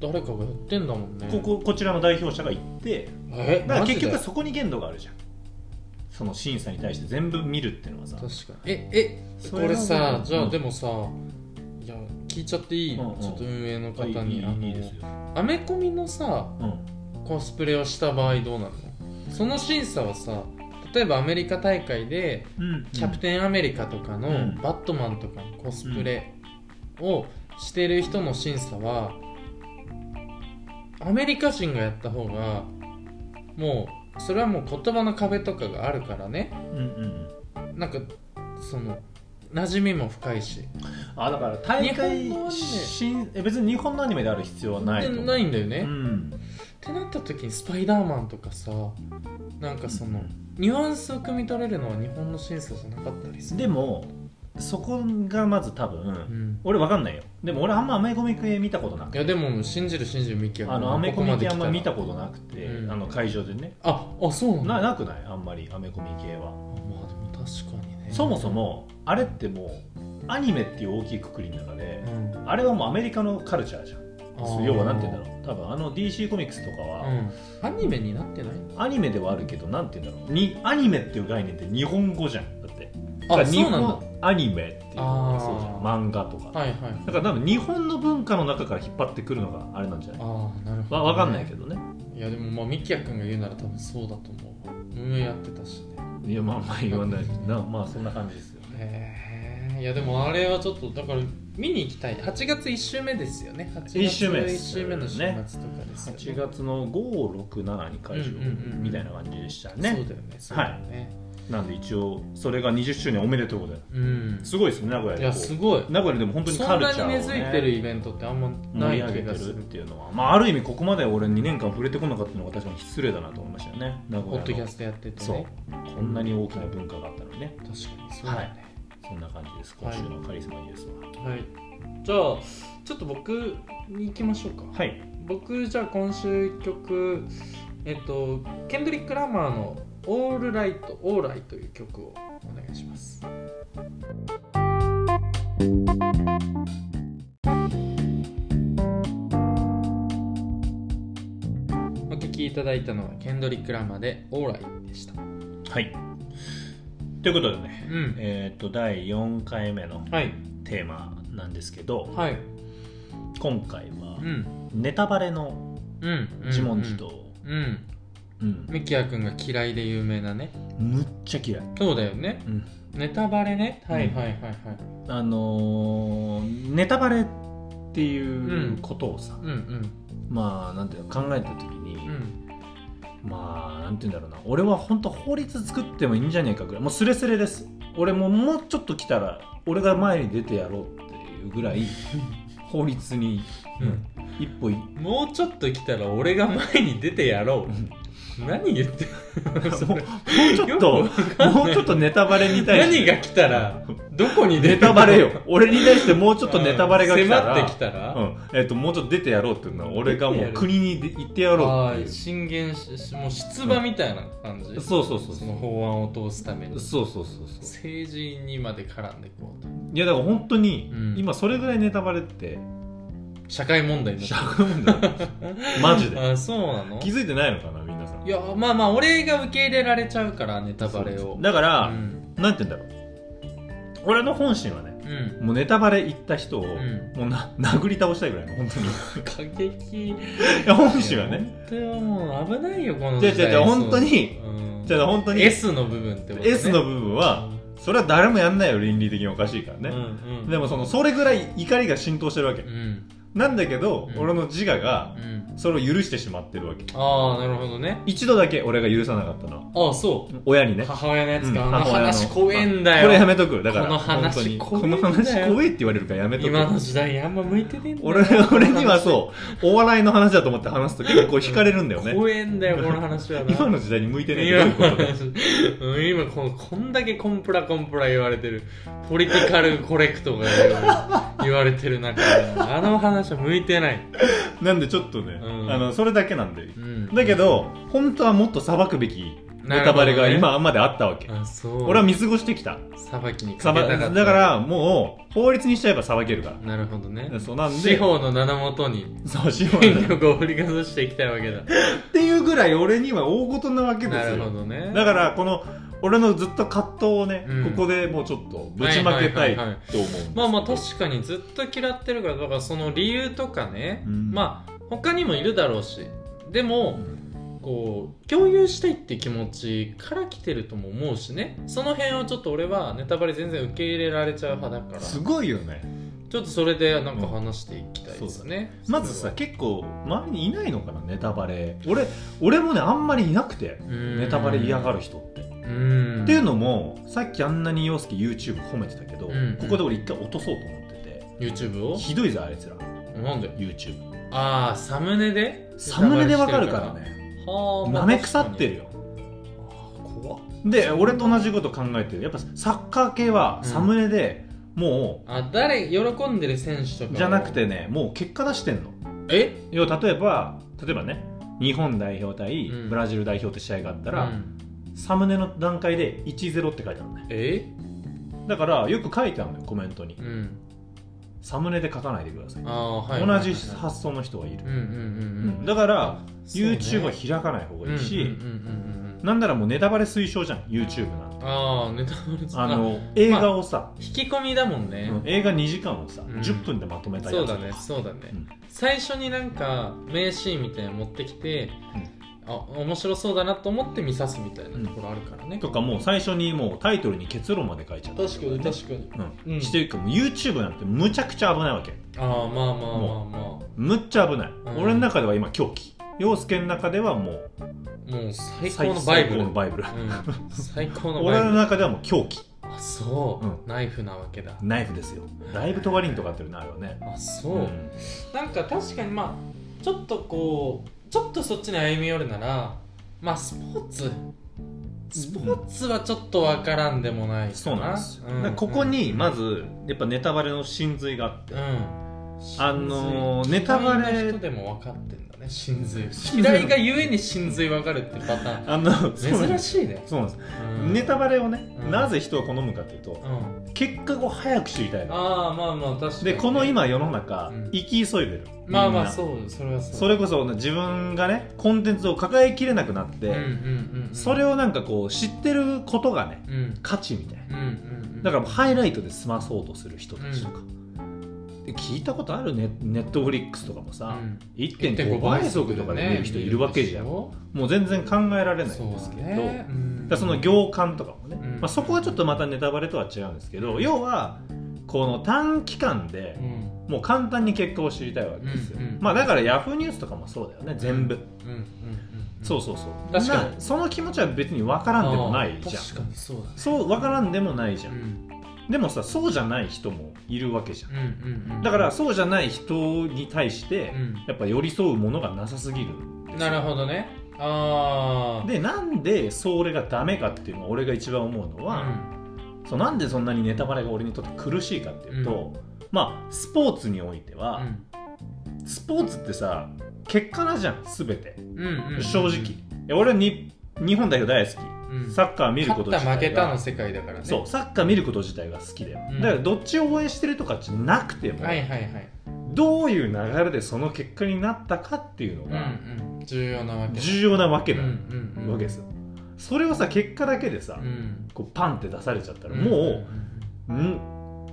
Speaker 1: 誰かがやってんだもんね
Speaker 2: こここちらの代表者が行って
Speaker 1: え
Speaker 2: だから結局
Speaker 1: マジで
Speaker 2: そこに限度があるじゃんその審査に対して全部見るっていうのはさ
Speaker 1: 確かにええこれさじゃあでもさ、いや聞いちゃっていい、
Speaker 2: うんうん
Speaker 1: ちょっと運営の方
Speaker 2: いい
Speaker 1: にあの
Speaker 2: いいですよ、
Speaker 1: アメコミのさ
Speaker 2: うん、
Speaker 1: コスプレをした場合どうなるのその審査はさ例えばアメリカ大会でキャプテンアメリカとかの
Speaker 2: うん
Speaker 1: バットマンとかのコスプレをしてる人の審査はアメリカ人がやった方がもうそれはもう言葉の壁とかがあるからね
Speaker 2: うんうんうん
Speaker 1: なんかその馴染みも深いし
Speaker 2: あだから大
Speaker 1: 日本
Speaker 2: 会
Speaker 1: のアニメ
Speaker 2: しえ別に日本のアニメである必要はないと思う
Speaker 1: ないんだよね、
Speaker 2: う
Speaker 1: っ
Speaker 2: ん、
Speaker 1: てなった時にスパイダーマンとかさなんかそのニュアンスを汲み取れるのは日本の審査じゃなかったりする
Speaker 2: でもそこがまず多分、
Speaker 1: うん
Speaker 2: 俺わかんないよでも俺あんまアメコミ系見たことなく
Speaker 1: い
Speaker 2: て
Speaker 1: やでも信じる信じるミキヤ
Speaker 2: あのアメコミ系あんま見た
Speaker 1: ここまで来
Speaker 2: ことなくて、
Speaker 1: うん
Speaker 2: あの会場でね
Speaker 1: たらああそうなんだ
Speaker 2: ななくないあんまりアメコミ系は、
Speaker 1: まあでも確かにね
Speaker 2: そもそもあれってもうアニメっていう大きいくくりの中で
Speaker 1: う、ん、
Speaker 2: あれはもうアメリカのカルチャーじゃん要はなんて言うんだろう多分あの DC コミックスとかは、
Speaker 1: うん、アニメになってない
Speaker 2: アニメではあるけどなんて言うんだろうにアニメっていう概念って日本語じゃんだってだから
Speaker 1: あそ
Speaker 2: 日
Speaker 1: うなんだは
Speaker 2: 本アニメっていうのがそうじゃん
Speaker 1: あ
Speaker 2: 漫画とか、
Speaker 1: いはい
Speaker 2: だから多分日本の文化の中から引っ張ってくるのがあれなんじゃない
Speaker 1: ああなるほど、
Speaker 2: わわかんないけどね
Speaker 1: どいやでもまあミキヤ君が言うなら多分そうだと思う運営やってたしね
Speaker 2: いやまあまあ言わないなまあそんな感じですよ
Speaker 1: へねいやでもあれはちょっとだから見に行きたい8月1週目ですよね8月
Speaker 2: 一週目です
Speaker 1: 1週目の週末とかですよね
Speaker 2: 8月の567に会場
Speaker 1: うんうんうん
Speaker 2: みたいな感じでした
Speaker 1: そ
Speaker 2: ね
Speaker 1: うだよねそうだよね、
Speaker 2: なんで一応それが20周年おめでとうございま
Speaker 1: うん
Speaker 2: すすごいですね名古屋
Speaker 1: い
Speaker 2: で
Speaker 1: や
Speaker 2: こう
Speaker 1: すごい
Speaker 2: 名古屋ででも本当にカルチャー
Speaker 1: そ
Speaker 2: を
Speaker 1: んなに
Speaker 2: ね
Speaker 1: 根付いてるイベントってあんまな
Speaker 2: 盛り
Speaker 1: い
Speaker 2: 上
Speaker 1: 気
Speaker 2: げ
Speaker 1: が
Speaker 2: て
Speaker 1: す
Speaker 2: るっ
Speaker 1: る
Speaker 2: ていうのは、まあ、ある意味ここまで俺2年間触れてこなかったのが確かに失礼だなと思いましたよね名
Speaker 1: ポ
Speaker 2: 古
Speaker 1: ッドキ
Speaker 2: 屋
Speaker 1: ャ
Speaker 2: の
Speaker 1: ストやってて
Speaker 2: そう
Speaker 1: ね
Speaker 2: こんなに大きな文化があったのにね
Speaker 1: 確かにそうだね、
Speaker 2: そんな感じです今週のカリスマニュースは
Speaker 1: はい、じゃあちょっと僕に行きましょうか
Speaker 2: はい
Speaker 1: 僕じゃあ今週一曲えっとケンドリック・ラマーの「オールライト・オーライ」という曲をお願いしますお聴きいただいたのはケンドリック・ラマーで「オーライ」でしたう
Speaker 2: はいということでね
Speaker 1: ん
Speaker 2: えーっと第4回目の
Speaker 1: はい
Speaker 2: テーマなんですけど、
Speaker 1: はい
Speaker 2: 今回は
Speaker 1: うん
Speaker 2: ネタバレの
Speaker 1: うん
Speaker 2: 自問自答、
Speaker 1: うん
Speaker 2: うん
Speaker 1: ミキヤ君が嫌いで有名なね
Speaker 2: むっちゃ嫌い、
Speaker 1: そうだよねネタバレねはいはいはいはい
Speaker 2: あのーネタバレっていうことをさ、
Speaker 1: うんうん
Speaker 2: まあなんていうの考えた時
Speaker 1: う
Speaker 2: に、
Speaker 1: ん
Speaker 2: まあなんていうんだろうな俺は本当法律作ってもいいんじゃねえかぐらいもうスレスレです俺ももうちょっと来たら俺が前に出てやろうっていう ぐらい法律に、
Speaker 1: うん
Speaker 2: 一歩い
Speaker 1: もうちょっと来たら俺が前に出てやろう何言ってるそ
Speaker 2: もうも
Speaker 1: れ
Speaker 2: うちょっと
Speaker 1: よくわかんない
Speaker 2: もうちょっとネタバレに対して
Speaker 1: 何が来た らどこに出
Speaker 2: ネ
Speaker 1: て
Speaker 2: タバレよ俺に対してもうちょっとネタバレが来たら
Speaker 1: 迫ってきたら、
Speaker 2: うんえっともうちょっと出てやろうっていうのは俺がもう国にで行ってやろう
Speaker 1: は
Speaker 2: ってい
Speaker 1: いう進言ししもう出馬みたいな感じ、
Speaker 2: そうそうそう
Speaker 1: そ
Speaker 2: そ
Speaker 1: の法案を通すために
Speaker 2: うそうそうそうそう
Speaker 1: 政治にまで絡んでいこうと
Speaker 2: いやだから本当に
Speaker 1: うん
Speaker 2: 今それぐらいネタバ レって
Speaker 1: 社会問題になっ
Speaker 2: 社
Speaker 1: て
Speaker 2: 会問題だマジで
Speaker 1: あそうなの
Speaker 2: 気づいてないのかな皆さん
Speaker 1: いやまあまあ俺が受け入れられちゃうからネタバレ
Speaker 2: そう
Speaker 1: を
Speaker 2: だか
Speaker 1: う
Speaker 2: ら
Speaker 1: ん
Speaker 2: なんて言うんだろう俺の本心はね
Speaker 1: うん
Speaker 2: もうネタバレ言った人を
Speaker 1: ん
Speaker 2: もうな殴り倒したいぐらいの本当にい
Speaker 1: 過激
Speaker 2: や本心はね
Speaker 1: 本当よもう危ないよこの
Speaker 2: じゃあ
Speaker 1: 時代
Speaker 2: じゃあじゃあ本当に
Speaker 1: うん
Speaker 2: じゃあ本当に
Speaker 1: S の部分ってこと、ね、
Speaker 2: S の部分はそれは誰もやんないよ倫理的におかしいから
Speaker 1: ね、う
Speaker 2: ね、
Speaker 1: んうん、
Speaker 2: でもそのそれぐらい怒りが浸透してるわけ、
Speaker 1: うん
Speaker 2: なんだけど、
Speaker 1: うん
Speaker 2: 俺の自我が
Speaker 1: うん
Speaker 2: それを許してしまってるわけ
Speaker 1: ああなるほどね
Speaker 2: 一度だけ俺が許さなかったのは
Speaker 1: ああそ
Speaker 2: 親に
Speaker 1: う
Speaker 2: ね
Speaker 1: 母親のやつ
Speaker 2: うん
Speaker 1: か、あの
Speaker 2: 母親の
Speaker 1: 話怖えんだ
Speaker 2: これや
Speaker 1: よ
Speaker 2: めとくだから
Speaker 1: この話
Speaker 2: 本当に
Speaker 1: 怖え
Speaker 2: こ
Speaker 1: んだ
Speaker 2: の
Speaker 1: よ
Speaker 2: 話怖えって言われるからやめと
Speaker 1: 今の
Speaker 2: く
Speaker 1: 時代あんま向いてねえんだよ
Speaker 2: 俺俺にはそうお笑いの話だと思って話すと結構惹かれるんだよね
Speaker 1: 怖えんだよこの話はな
Speaker 2: 今の時代に向いてねえ
Speaker 1: 今
Speaker 2: どういうことだよ
Speaker 1: うん今このこんだけコンプラコンプラ言われてるポリティカルコレクトが言われてる中であの話は向いてない、
Speaker 2: なんでちょっとね、
Speaker 1: うん
Speaker 2: あのそれだけなんで
Speaker 1: うん、
Speaker 2: だけど本当はもっと裁くべきネタバレ
Speaker 1: なるほ
Speaker 2: が
Speaker 1: どね
Speaker 2: 今まであったわけ、
Speaker 1: あそう
Speaker 2: 俺は見過ごしてきた
Speaker 1: さばきに
Speaker 2: さ
Speaker 1: かけ
Speaker 2: ば
Speaker 1: たかった
Speaker 2: だからもう法律にしちゃえば裁けるか
Speaker 1: なるほどね
Speaker 2: らそうなんで
Speaker 1: 司法の名のもとに
Speaker 2: そう司法
Speaker 1: 権力を振りかざしていきたいわけだ
Speaker 2: っていうぐらい俺には大事なわけで
Speaker 1: な
Speaker 2: す
Speaker 1: るほ
Speaker 2: よ
Speaker 1: どね
Speaker 2: だからこの俺のずっと葛藤をね、
Speaker 1: うん
Speaker 2: ここでもうちょっとぶちまけたいと
Speaker 1: はいはいはいは
Speaker 2: 思う
Speaker 1: い
Speaker 2: んですけど
Speaker 1: まあまあ確かにずっと嫌ってるからだからその理由とかね、
Speaker 2: うん
Speaker 1: まあ他にもいるだろうしでも、こう共有したいって気持ちから来てるとも思うしねその辺をちょっと俺はネタバレ全然受け入れられちゃう派だから
Speaker 2: す
Speaker 1: ち
Speaker 2: ごいよね
Speaker 1: ょっとそれでなんか話していきたいですね、
Speaker 2: まずさ結構周りにいないのかなネタバレ俺俺もねあんまりいなくてネ
Speaker 1: ネ
Speaker 2: タバレ嫌が
Speaker 1: る
Speaker 2: る人って、
Speaker 1: っ
Speaker 2: ってていうのもさっきあんなに陽介 YouTube 褒めてたけど、
Speaker 1: うん
Speaker 2: ここで俺一回落とそうと思ってて
Speaker 1: YouTube を
Speaker 2: ひどいぞあいつら
Speaker 1: なんで
Speaker 2: YouTube
Speaker 1: ああサムネで
Speaker 2: サムネでわかるからね
Speaker 1: はあまあ
Speaker 2: なめ腐ってるよ
Speaker 1: 確かに怖っ
Speaker 2: で俺と同じこと考えてるやっぱサッカー系はサムネでも
Speaker 1: あ誰喜んでる選手と
Speaker 2: う、
Speaker 1: かを
Speaker 2: じゃなくてねもう結果出してんの
Speaker 1: え
Speaker 2: 要は例えば例えばね日本代表対
Speaker 1: うん
Speaker 2: ブラジル代表って試合があった
Speaker 1: う
Speaker 2: ら、
Speaker 1: ん
Speaker 2: サムネの段階で1-0って書いてあるのね
Speaker 1: え
Speaker 2: だからよく書いてあるのよコメントに
Speaker 1: うん
Speaker 2: サムネで書かないでください
Speaker 1: ああはい
Speaker 2: 同じ発想の人がいる
Speaker 1: うん、うんうん
Speaker 2: うんだから
Speaker 1: うんそうね
Speaker 2: YouTube は開かない方がいいし、
Speaker 1: うんうんうんうん
Speaker 2: なんならもうネタバレ推奨じゃん YouTube なんて
Speaker 1: ああネタバレ
Speaker 2: あの映
Speaker 1: まあ
Speaker 2: 画をさ、
Speaker 1: 引き込みだもんね、
Speaker 2: うん映画2時間をさ、
Speaker 1: うん
Speaker 2: 10分でまとめたやつ
Speaker 1: そう
Speaker 2: と
Speaker 1: だ
Speaker 2: か
Speaker 1: ねそうだね、
Speaker 2: うん
Speaker 1: 最初になんか名シーンみたいなの持ってきて、あ面白そうだなと思って見さすみたいなところあるからね、
Speaker 2: とかもう最初にもうタイトルに結論まで書いちゃう
Speaker 3: 確かに確かに
Speaker 2: うん
Speaker 1: うん
Speaker 2: していうかもう YouTube なんてむちゃくちゃ危ないわけ
Speaker 1: ああまあまあまあまあも
Speaker 2: むっちゃ危ない、
Speaker 1: ん
Speaker 2: 俺の中では今狂気陽介の中ではもう
Speaker 1: う最高のバイブル
Speaker 2: 最高のバイブル
Speaker 1: うん最高のバ
Speaker 2: 俺
Speaker 1: イブ
Speaker 2: の
Speaker 1: ル
Speaker 2: 中ではもう狂気
Speaker 1: あそう、
Speaker 2: うん
Speaker 1: ナイフなわけだ
Speaker 2: ナイフですよだいぶとがりにとかってるなあれはね
Speaker 1: あそう、
Speaker 2: ん
Speaker 1: なんか確かにまあちょっとこうちょっとそっちに歩み寄るならまあスポーツスポーツはちょっとわからんでもないかな
Speaker 2: そうなんですよ、
Speaker 1: う
Speaker 2: だからここにまずやっぱネタバレの真髄があって、
Speaker 1: うん
Speaker 2: あのーネタバ
Speaker 1: 嫌いな
Speaker 2: レ
Speaker 1: 人でも分かってんだね真髄
Speaker 2: 真髄
Speaker 1: 嫌いがゆえに真髄分かるってパタ
Speaker 2: あの
Speaker 1: ーン珍しいね、
Speaker 2: そうなんです、
Speaker 1: うん
Speaker 2: ネタバレをね、
Speaker 1: うん
Speaker 2: なぜ人は好むかっていうと
Speaker 1: うん
Speaker 2: 結果を早く知りたいの
Speaker 1: ああまあまあ確かにね、
Speaker 2: でこの今世の中、
Speaker 1: うん
Speaker 2: 生き急いでる
Speaker 1: まあま
Speaker 2: みん
Speaker 1: あ
Speaker 2: な
Speaker 1: そうそれはそう
Speaker 2: それこそ自分がねコンテンツを抱えきれなくなって、
Speaker 1: うんうんうんうん
Speaker 2: それをなんかこう知ってることがね
Speaker 1: うん
Speaker 2: 価値みたいな
Speaker 1: うんうんうん
Speaker 2: だからもうハイライトで済まそうとする人たちとか、で聞いたことあるねネットフリックスとかもさ、
Speaker 1: うん
Speaker 2: 1.5倍速とかで見る人いるわけじゃん、
Speaker 1: そ
Speaker 2: もう全然考えられ
Speaker 1: う
Speaker 2: ないんですけど、
Speaker 1: ね
Speaker 2: だからその行間とかもね、
Speaker 1: うん
Speaker 2: まあ、そこはちょっとまたネタバレとは違うんですけど、要はこの短期間で
Speaker 1: うん
Speaker 2: もう簡単に結果を知りたいわけですよ、
Speaker 1: うんうん
Speaker 2: まあだからヤフーニュースとかもそうだよね全部、
Speaker 1: うんうんうん
Speaker 2: そううそうそう
Speaker 1: 確かに
Speaker 2: なその気持ちは別に分からんでもないじゃん
Speaker 1: 確かにそうだね
Speaker 2: そう分からんでもないじゃ、
Speaker 1: うんん
Speaker 2: でもさそうじゃない人もいるわけじゃん、
Speaker 1: うんうんうん
Speaker 2: だからそうじゃない人に対して、
Speaker 1: うん
Speaker 2: やっぱ寄り添うものがなさすぎる
Speaker 1: なるほどねああ
Speaker 2: でなんでそれがダメかっていうのを俺が一番思うのは、そうなんでそんなにネタバレが俺にとって苦しいかっていうと、まあスポーツにおいては、スポーツってさ結果なじゃん全て、正直いや俺はに日本代表大好き、サ
Speaker 1: さ
Speaker 2: ッカー見ること
Speaker 1: 勝った
Speaker 2: 自体
Speaker 1: 負
Speaker 2: が
Speaker 1: けたの世界だからね
Speaker 2: そうサッカー見ること自体が好きだよ、
Speaker 1: うん
Speaker 2: だからどっちを応援してるとかじゃなくても、
Speaker 1: はいはいはい
Speaker 2: どういう流れでその結果になったかっていうの
Speaker 1: うんう
Speaker 2: が
Speaker 1: ん重要なわけ
Speaker 2: 重要なわけ
Speaker 1: 要
Speaker 2: な
Speaker 1: な
Speaker 2: わけですよ、それをさ結果だけでさ、
Speaker 1: うん
Speaker 2: こうパンって出されちゃったら、
Speaker 1: うん
Speaker 2: もうん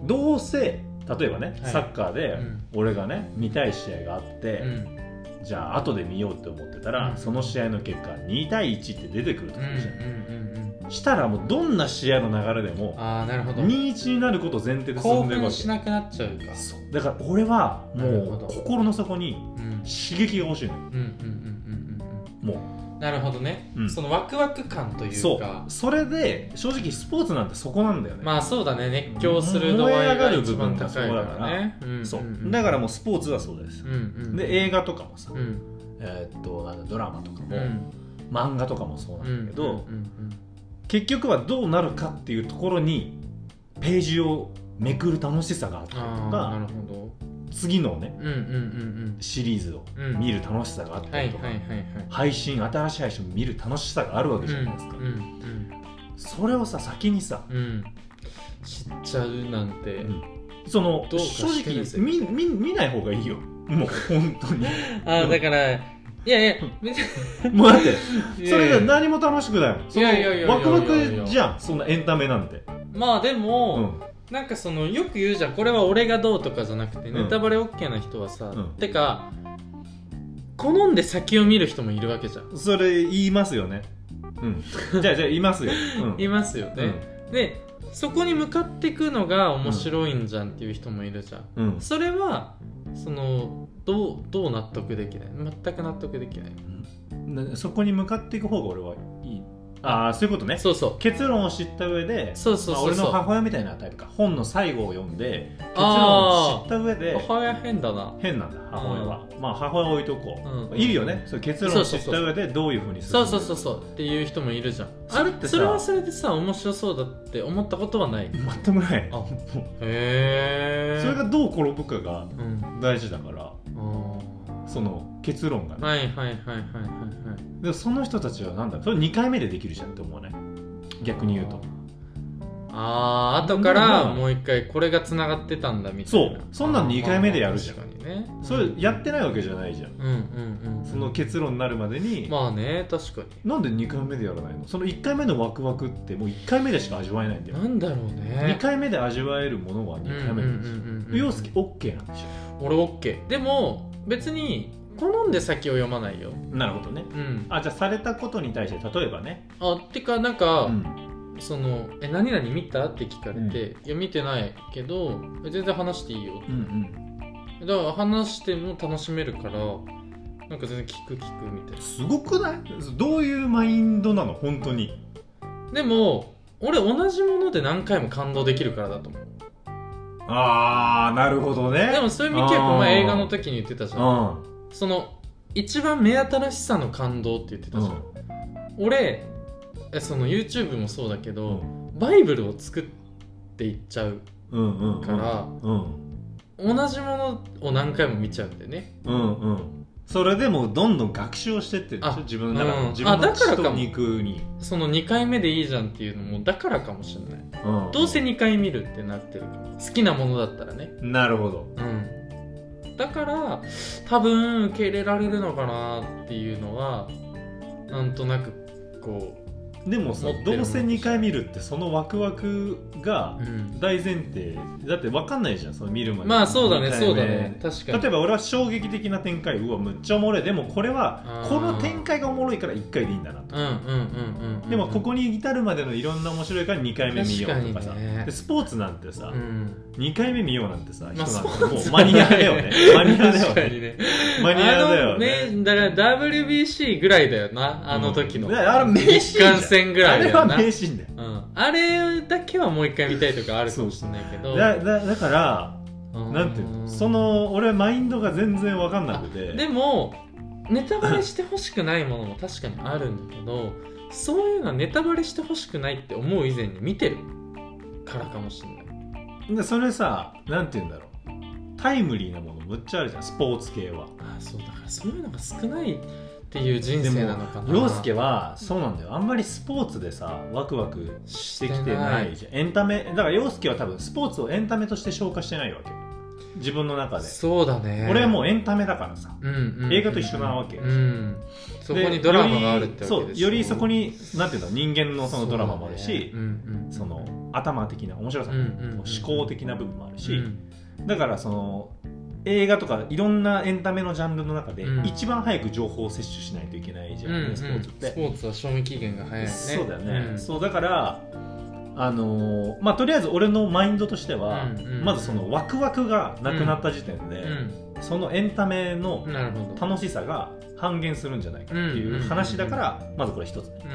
Speaker 2: どうせ例えばね、
Speaker 1: はい
Speaker 2: サッカーで
Speaker 1: うん
Speaker 2: 俺がね見たい試合があって、
Speaker 1: うん
Speaker 2: じゃあ後で見ようって思ってたら、
Speaker 1: うん
Speaker 2: その試合の結果2対1って出てくると
Speaker 1: うんう
Speaker 2: す
Speaker 1: ん
Speaker 2: るじゃん、
Speaker 1: うんうん
Speaker 2: したらもうどんな試合の流れでも
Speaker 1: ああなるほど
Speaker 2: 2-1になることを前提で進
Speaker 1: 興
Speaker 2: んでるわ
Speaker 1: 奮
Speaker 2: け
Speaker 1: しなくなっちゃうか
Speaker 2: そうだから俺はも
Speaker 1: なるほど
Speaker 2: う心の底に
Speaker 1: うん
Speaker 2: 刺激が欲しい
Speaker 1: う
Speaker 2: のよ
Speaker 1: んうんうんうんうん
Speaker 2: も
Speaker 1: うんなるほどね、
Speaker 2: うん
Speaker 1: そのワクワク感といううか
Speaker 2: そうそれで正直スポーツなんてそこなんだよね、
Speaker 1: まあそうだね熱狂する度合いが一番高いからね
Speaker 2: そう、
Speaker 1: んんん
Speaker 2: だからもうスポーツはそうです
Speaker 1: う、んうん
Speaker 2: で映画とかもさ、
Speaker 1: うん
Speaker 2: えーっとなんだドラマとか
Speaker 1: う
Speaker 2: も、
Speaker 1: ん
Speaker 2: 漫画とかもそうな
Speaker 1: うんん
Speaker 2: だけど、
Speaker 1: うん
Speaker 2: 結局はどうなるかっていうところにページをめくる楽しさがあったりと
Speaker 1: ああ
Speaker 2: か
Speaker 1: なるほど
Speaker 2: 次のね
Speaker 1: うんうんうん
Speaker 2: シリーズを
Speaker 1: うん
Speaker 2: 見る楽しさがあっ
Speaker 1: うん
Speaker 2: た
Speaker 1: は
Speaker 2: り
Speaker 1: い
Speaker 2: と
Speaker 1: はい
Speaker 2: か、
Speaker 1: はいはい
Speaker 2: 配信新しい配信を見る楽しさがあるわけじゃないですか、
Speaker 1: うんうん
Speaker 2: それをさ先にさ、
Speaker 1: うんうん知っちゃうなんて、
Speaker 2: その
Speaker 1: どうか
Speaker 2: 正
Speaker 1: してる
Speaker 2: 直
Speaker 1: ぜ
Speaker 2: 見見見ない方がいいよもう本当に
Speaker 1: ああだからいやいや別に
Speaker 2: もうだっ
Speaker 1: い
Speaker 2: て
Speaker 1: やいや
Speaker 2: それが何も楽しくないその
Speaker 1: いやいやいやいやいや
Speaker 2: ワクワクじゃんそんなエンタメなんて、
Speaker 1: まあでも、
Speaker 2: うん、
Speaker 1: なんかそのよく言うじゃんこれは俺がどうとかじゃなくて
Speaker 2: うん
Speaker 1: ネタバレ OK な人はさ、
Speaker 2: うん
Speaker 1: てか好んで先を見る人もいるわけじゃん
Speaker 2: それ言いますよねうんじゃあじゃあ言いますよ、うん、
Speaker 1: いますよ
Speaker 2: うん
Speaker 1: ね、でそこに向かっていくのが面白いんじゃんっていう人もいるじゃん、
Speaker 2: うん
Speaker 1: それはそのどうどう納得できない全く納得できない
Speaker 2: なそこに向かっていく方が俺はいいああそういうことね
Speaker 1: そうそう
Speaker 2: 結論を知った上で
Speaker 1: そうそう
Speaker 2: まあ
Speaker 1: そう
Speaker 2: 俺
Speaker 1: そ
Speaker 2: の
Speaker 1: う
Speaker 2: 母親みたいなタイプか本の最後を読んで結論を
Speaker 1: あ
Speaker 2: 知った上で
Speaker 1: 母親変だな
Speaker 2: 変なんだ母親は、まあ母親は置いとこ
Speaker 1: う
Speaker 2: う、
Speaker 1: ん
Speaker 2: いるよねそう結論を知っ
Speaker 1: そうそう
Speaker 2: た
Speaker 1: そ
Speaker 2: 上でどういうふうに進
Speaker 1: そ
Speaker 2: む
Speaker 1: うそうそうそうっていう人もいるじゃん
Speaker 2: それってさ
Speaker 1: それはそれでさ面白そうだって思ったことはないへ
Speaker 2: 全くない
Speaker 1: あ
Speaker 2: もう
Speaker 1: え
Speaker 2: それがどう転ぶか
Speaker 1: う
Speaker 2: が
Speaker 1: ん
Speaker 2: 大事だから
Speaker 1: あ
Speaker 2: その結論が
Speaker 1: ー
Speaker 2: ね、
Speaker 1: はいはいはいはいはいはい
Speaker 2: でもその人たちはなんだろうそれ2回目でできるじゃんって思わない逆に言うと
Speaker 1: ああ後からもう一回これがつながってたんだみたいな
Speaker 2: そうそんなの二回目でやるじゃん
Speaker 1: まあまあ確かにね
Speaker 2: それやってないわけじゃないじゃん
Speaker 1: うんうんうん
Speaker 2: その結論になるまでに、
Speaker 1: まあね確か
Speaker 2: なんで2回目でやらないのその1回目のワクワクってもう1回目でしか味わえないんだ
Speaker 1: に
Speaker 2: よ
Speaker 1: なんだろうね
Speaker 2: 2回目で味わえるものは2回目なんですよ
Speaker 1: うんうんうんうんうん
Speaker 2: 洋介 OK なんでしょ
Speaker 1: 俺 OK でも別に好んで先を読まないよ
Speaker 2: なるほどね
Speaker 1: うん
Speaker 2: あじゃあされたことに対して例えばね、
Speaker 1: あてかなんか、
Speaker 2: うん
Speaker 1: その「え何々見た?」って聞かれて「いや見てないけどえ全然話していいよ
Speaker 2: うんうん」
Speaker 1: だから話しても楽しめるからなんか全然聞く聞くみたい
Speaker 2: すごくないどういうマインドなの本当に
Speaker 1: なでも俺同じもので何回も感動できるからだと思う
Speaker 2: ああなるほどね
Speaker 1: でもそういう意味結構前
Speaker 2: あー
Speaker 1: 映画の時に言ってたじゃん
Speaker 2: う
Speaker 1: その一番目新しさの感動って言ってた
Speaker 2: ん
Speaker 1: じゃん、俺えその YouTube もそうだけど、バイブルを作っていっちゃう
Speaker 2: うんうんうん
Speaker 1: から、
Speaker 2: うん
Speaker 1: 同じものを何回も見ちゃうんだよね
Speaker 2: うんうんそれでもうどんどん学習をしてってるでし
Speaker 1: あ
Speaker 2: ょ自分の中
Speaker 1: うん
Speaker 2: の自分
Speaker 1: あだ
Speaker 2: の
Speaker 1: から
Speaker 2: 血
Speaker 1: かも
Speaker 2: と肉に
Speaker 1: その2回目でいいじゃんっていうのもだからかもしれない
Speaker 2: うん
Speaker 1: どうせ2回見るってなってるから好きなものだったらね
Speaker 2: なるほど
Speaker 1: うんだから多分受け入れられるのかなっていうのはなんとなくこ
Speaker 2: でもさ
Speaker 1: 持ってるもの
Speaker 2: どうせ2回見るってそのワクワクが
Speaker 1: う、うん、
Speaker 2: 大前提だって分かんないじゃんその見るまで
Speaker 1: まあそうだ
Speaker 2: 二
Speaker 1: ね
Speaker 2: 回目
Speaker 1: そうだね確かに
Speaker 2: 例えば俺は衝撃的な展開うわむっちゃおもろいでもこれは
Speaker 1: あー
Speaker 2: この展開がおもろいから1回でいいんだなと
Speaker 1: うんうんうんうんうんうん
Speaker 2: でもここに至るまでのいろんな面白いから2回目見ようとか
Speaker 1: 確
Speaker 2: さ
Speaker 1: かにね
Speaker 2: でスポーツなんてさ、
Speaker 1: うん
Speaker 2: 2回目見ようなんてさ、
Speaker 1: まあ
Speaker 2: 人なん
Speaker 1: そ
Speaker 2: て
Speaker 1: う
Speaker 2: も
Speaker 1: そうう
Speaker 2: マニアだよねマニアだよ
Speaker 1: 確か
Speaker 2: ね
Speaker 1: にね
Speaker 2: マニアだよ
Speaker 1: あの
Speaker 2: ね
Speaker 1: ねだから WBC ぐらいだよなあの時の、
Speaker 2: うんだからあれ名シ
Speaker 1: 日
Speaker 2: ーン
Speaker 1: 韓
Speaker 2: じ
Speaker 1: 戦ぐ
Speaker 2: ゃん
Speaker 1: ら
Speaker 2: あ
Speaker 1: いだ
Speaker 2: れは
Speaker 1: よな
Speaker 2: 名シーンだよ
Speaker 1: うん、あれだけはもう一回見たいとかあるかもしれないけど
Speaker 2: だだだから
Speaker 1: うん
Speaker 2: なんていうのその俺はマインドが全然分かんなくて
Speaker 1: でもネタバレしてほしくないものも確かにあるんだけどそういうのはネタバレしてほしくないって思う以前に見てるからかもしれない
Speaker 2: でそれさなんて言うんだろうタイムリーなものむっちゃあるじゃんスポーツ系は
Speaker 1: ああそうだからそういうのが少ないっていう人
Speaker 2: で
Speaker 1: 生
Speaker 2: も
Speaker 1: なのかな
Speaker 2: 洋介はそうなんだよあんまりスポーツでさワクワクしてきてないじゃんエンタメだから洋介は多分スポーツをエンタメとして消化してないわけ自分の中で
Speaker 1: そうだね
Speaker 2: 俺はもうエンタメだからさ
Speaker 1: うんうんうん
Speaker 2: 映画と一緒なわけ
Speaker 1: うんそこ
Speaker 2: で
Speaker 1: にドラマがあるってわ
Speaker 2: よ
Speaker 1: けで
Speaker 2: りそう
Speaker 1: しょ
Speaker 2: よりそこになんていうの人間のそのドラマもあるし
Speaker 1: そうだねうんうん
Speaker 2: その頭的な面白さ、
Speaker 1: うんうんうん
Speaker 2: 思考的な部分もあるし、
Speaker 1: うん
Speaker 2: だからその映画とかいろんなエンタメのジャンルの中で
Speaker 1: うん
Speaker 2: 一番早く情報を摂取しないといけないじゃん、
Speaker 1: うんうん
Speaker 2: スポーツって
Speaker 1: ス、ポーツは賞味期限が早いね
Speaker 2: そうだよね、
Speaker 1: ん
Speaker 2: そうだからあのーまあとりあえず俺のマインドとしては、
Speaker 1: うんうん
Speaker 2: まずそのワクワクがなくなった時点で、
Speaker 1: う
Speaker 2: そのエンタメの
Speaker 1: んなるほど
Speaker 2: 楽しさが半減するんじゃないかっていう話だから、まずこれ一つね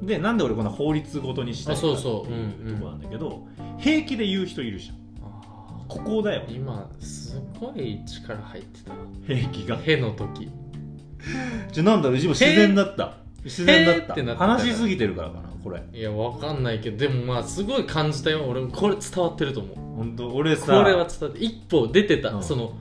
Speaker 1: うん
Speaker 2: でなんで俺こんな法律ごとにしたいかってい
Speaker 1: あそうそううんう
Speaker 2: うんとこなんだけど、平気で言う人いるじゃん
Speaker 1: あ
Speaker 2: ここだよ
Speaker 1: ー今すごい力入ってたわ
Speaker 2: 平気が
Speaker 1: への時
Speaker 2: じゃあなんだろう自分自然だった自然だ
Speaker 1: へー
Speaker 2: っ
Speaker 1: ったてなった
Speaker 2: 話しすぎてるからかなこれ
Speaker 1: いやわかんないけどでもまあすごい感じたよ俺もこれ伝わってると思う
Speaker 2: 本当俺
Speaker 1: こ
Speaker 2: さ
Speaker 1: れは伝わって一歩出てた、
Speaker 2: うん
Speaker 1: その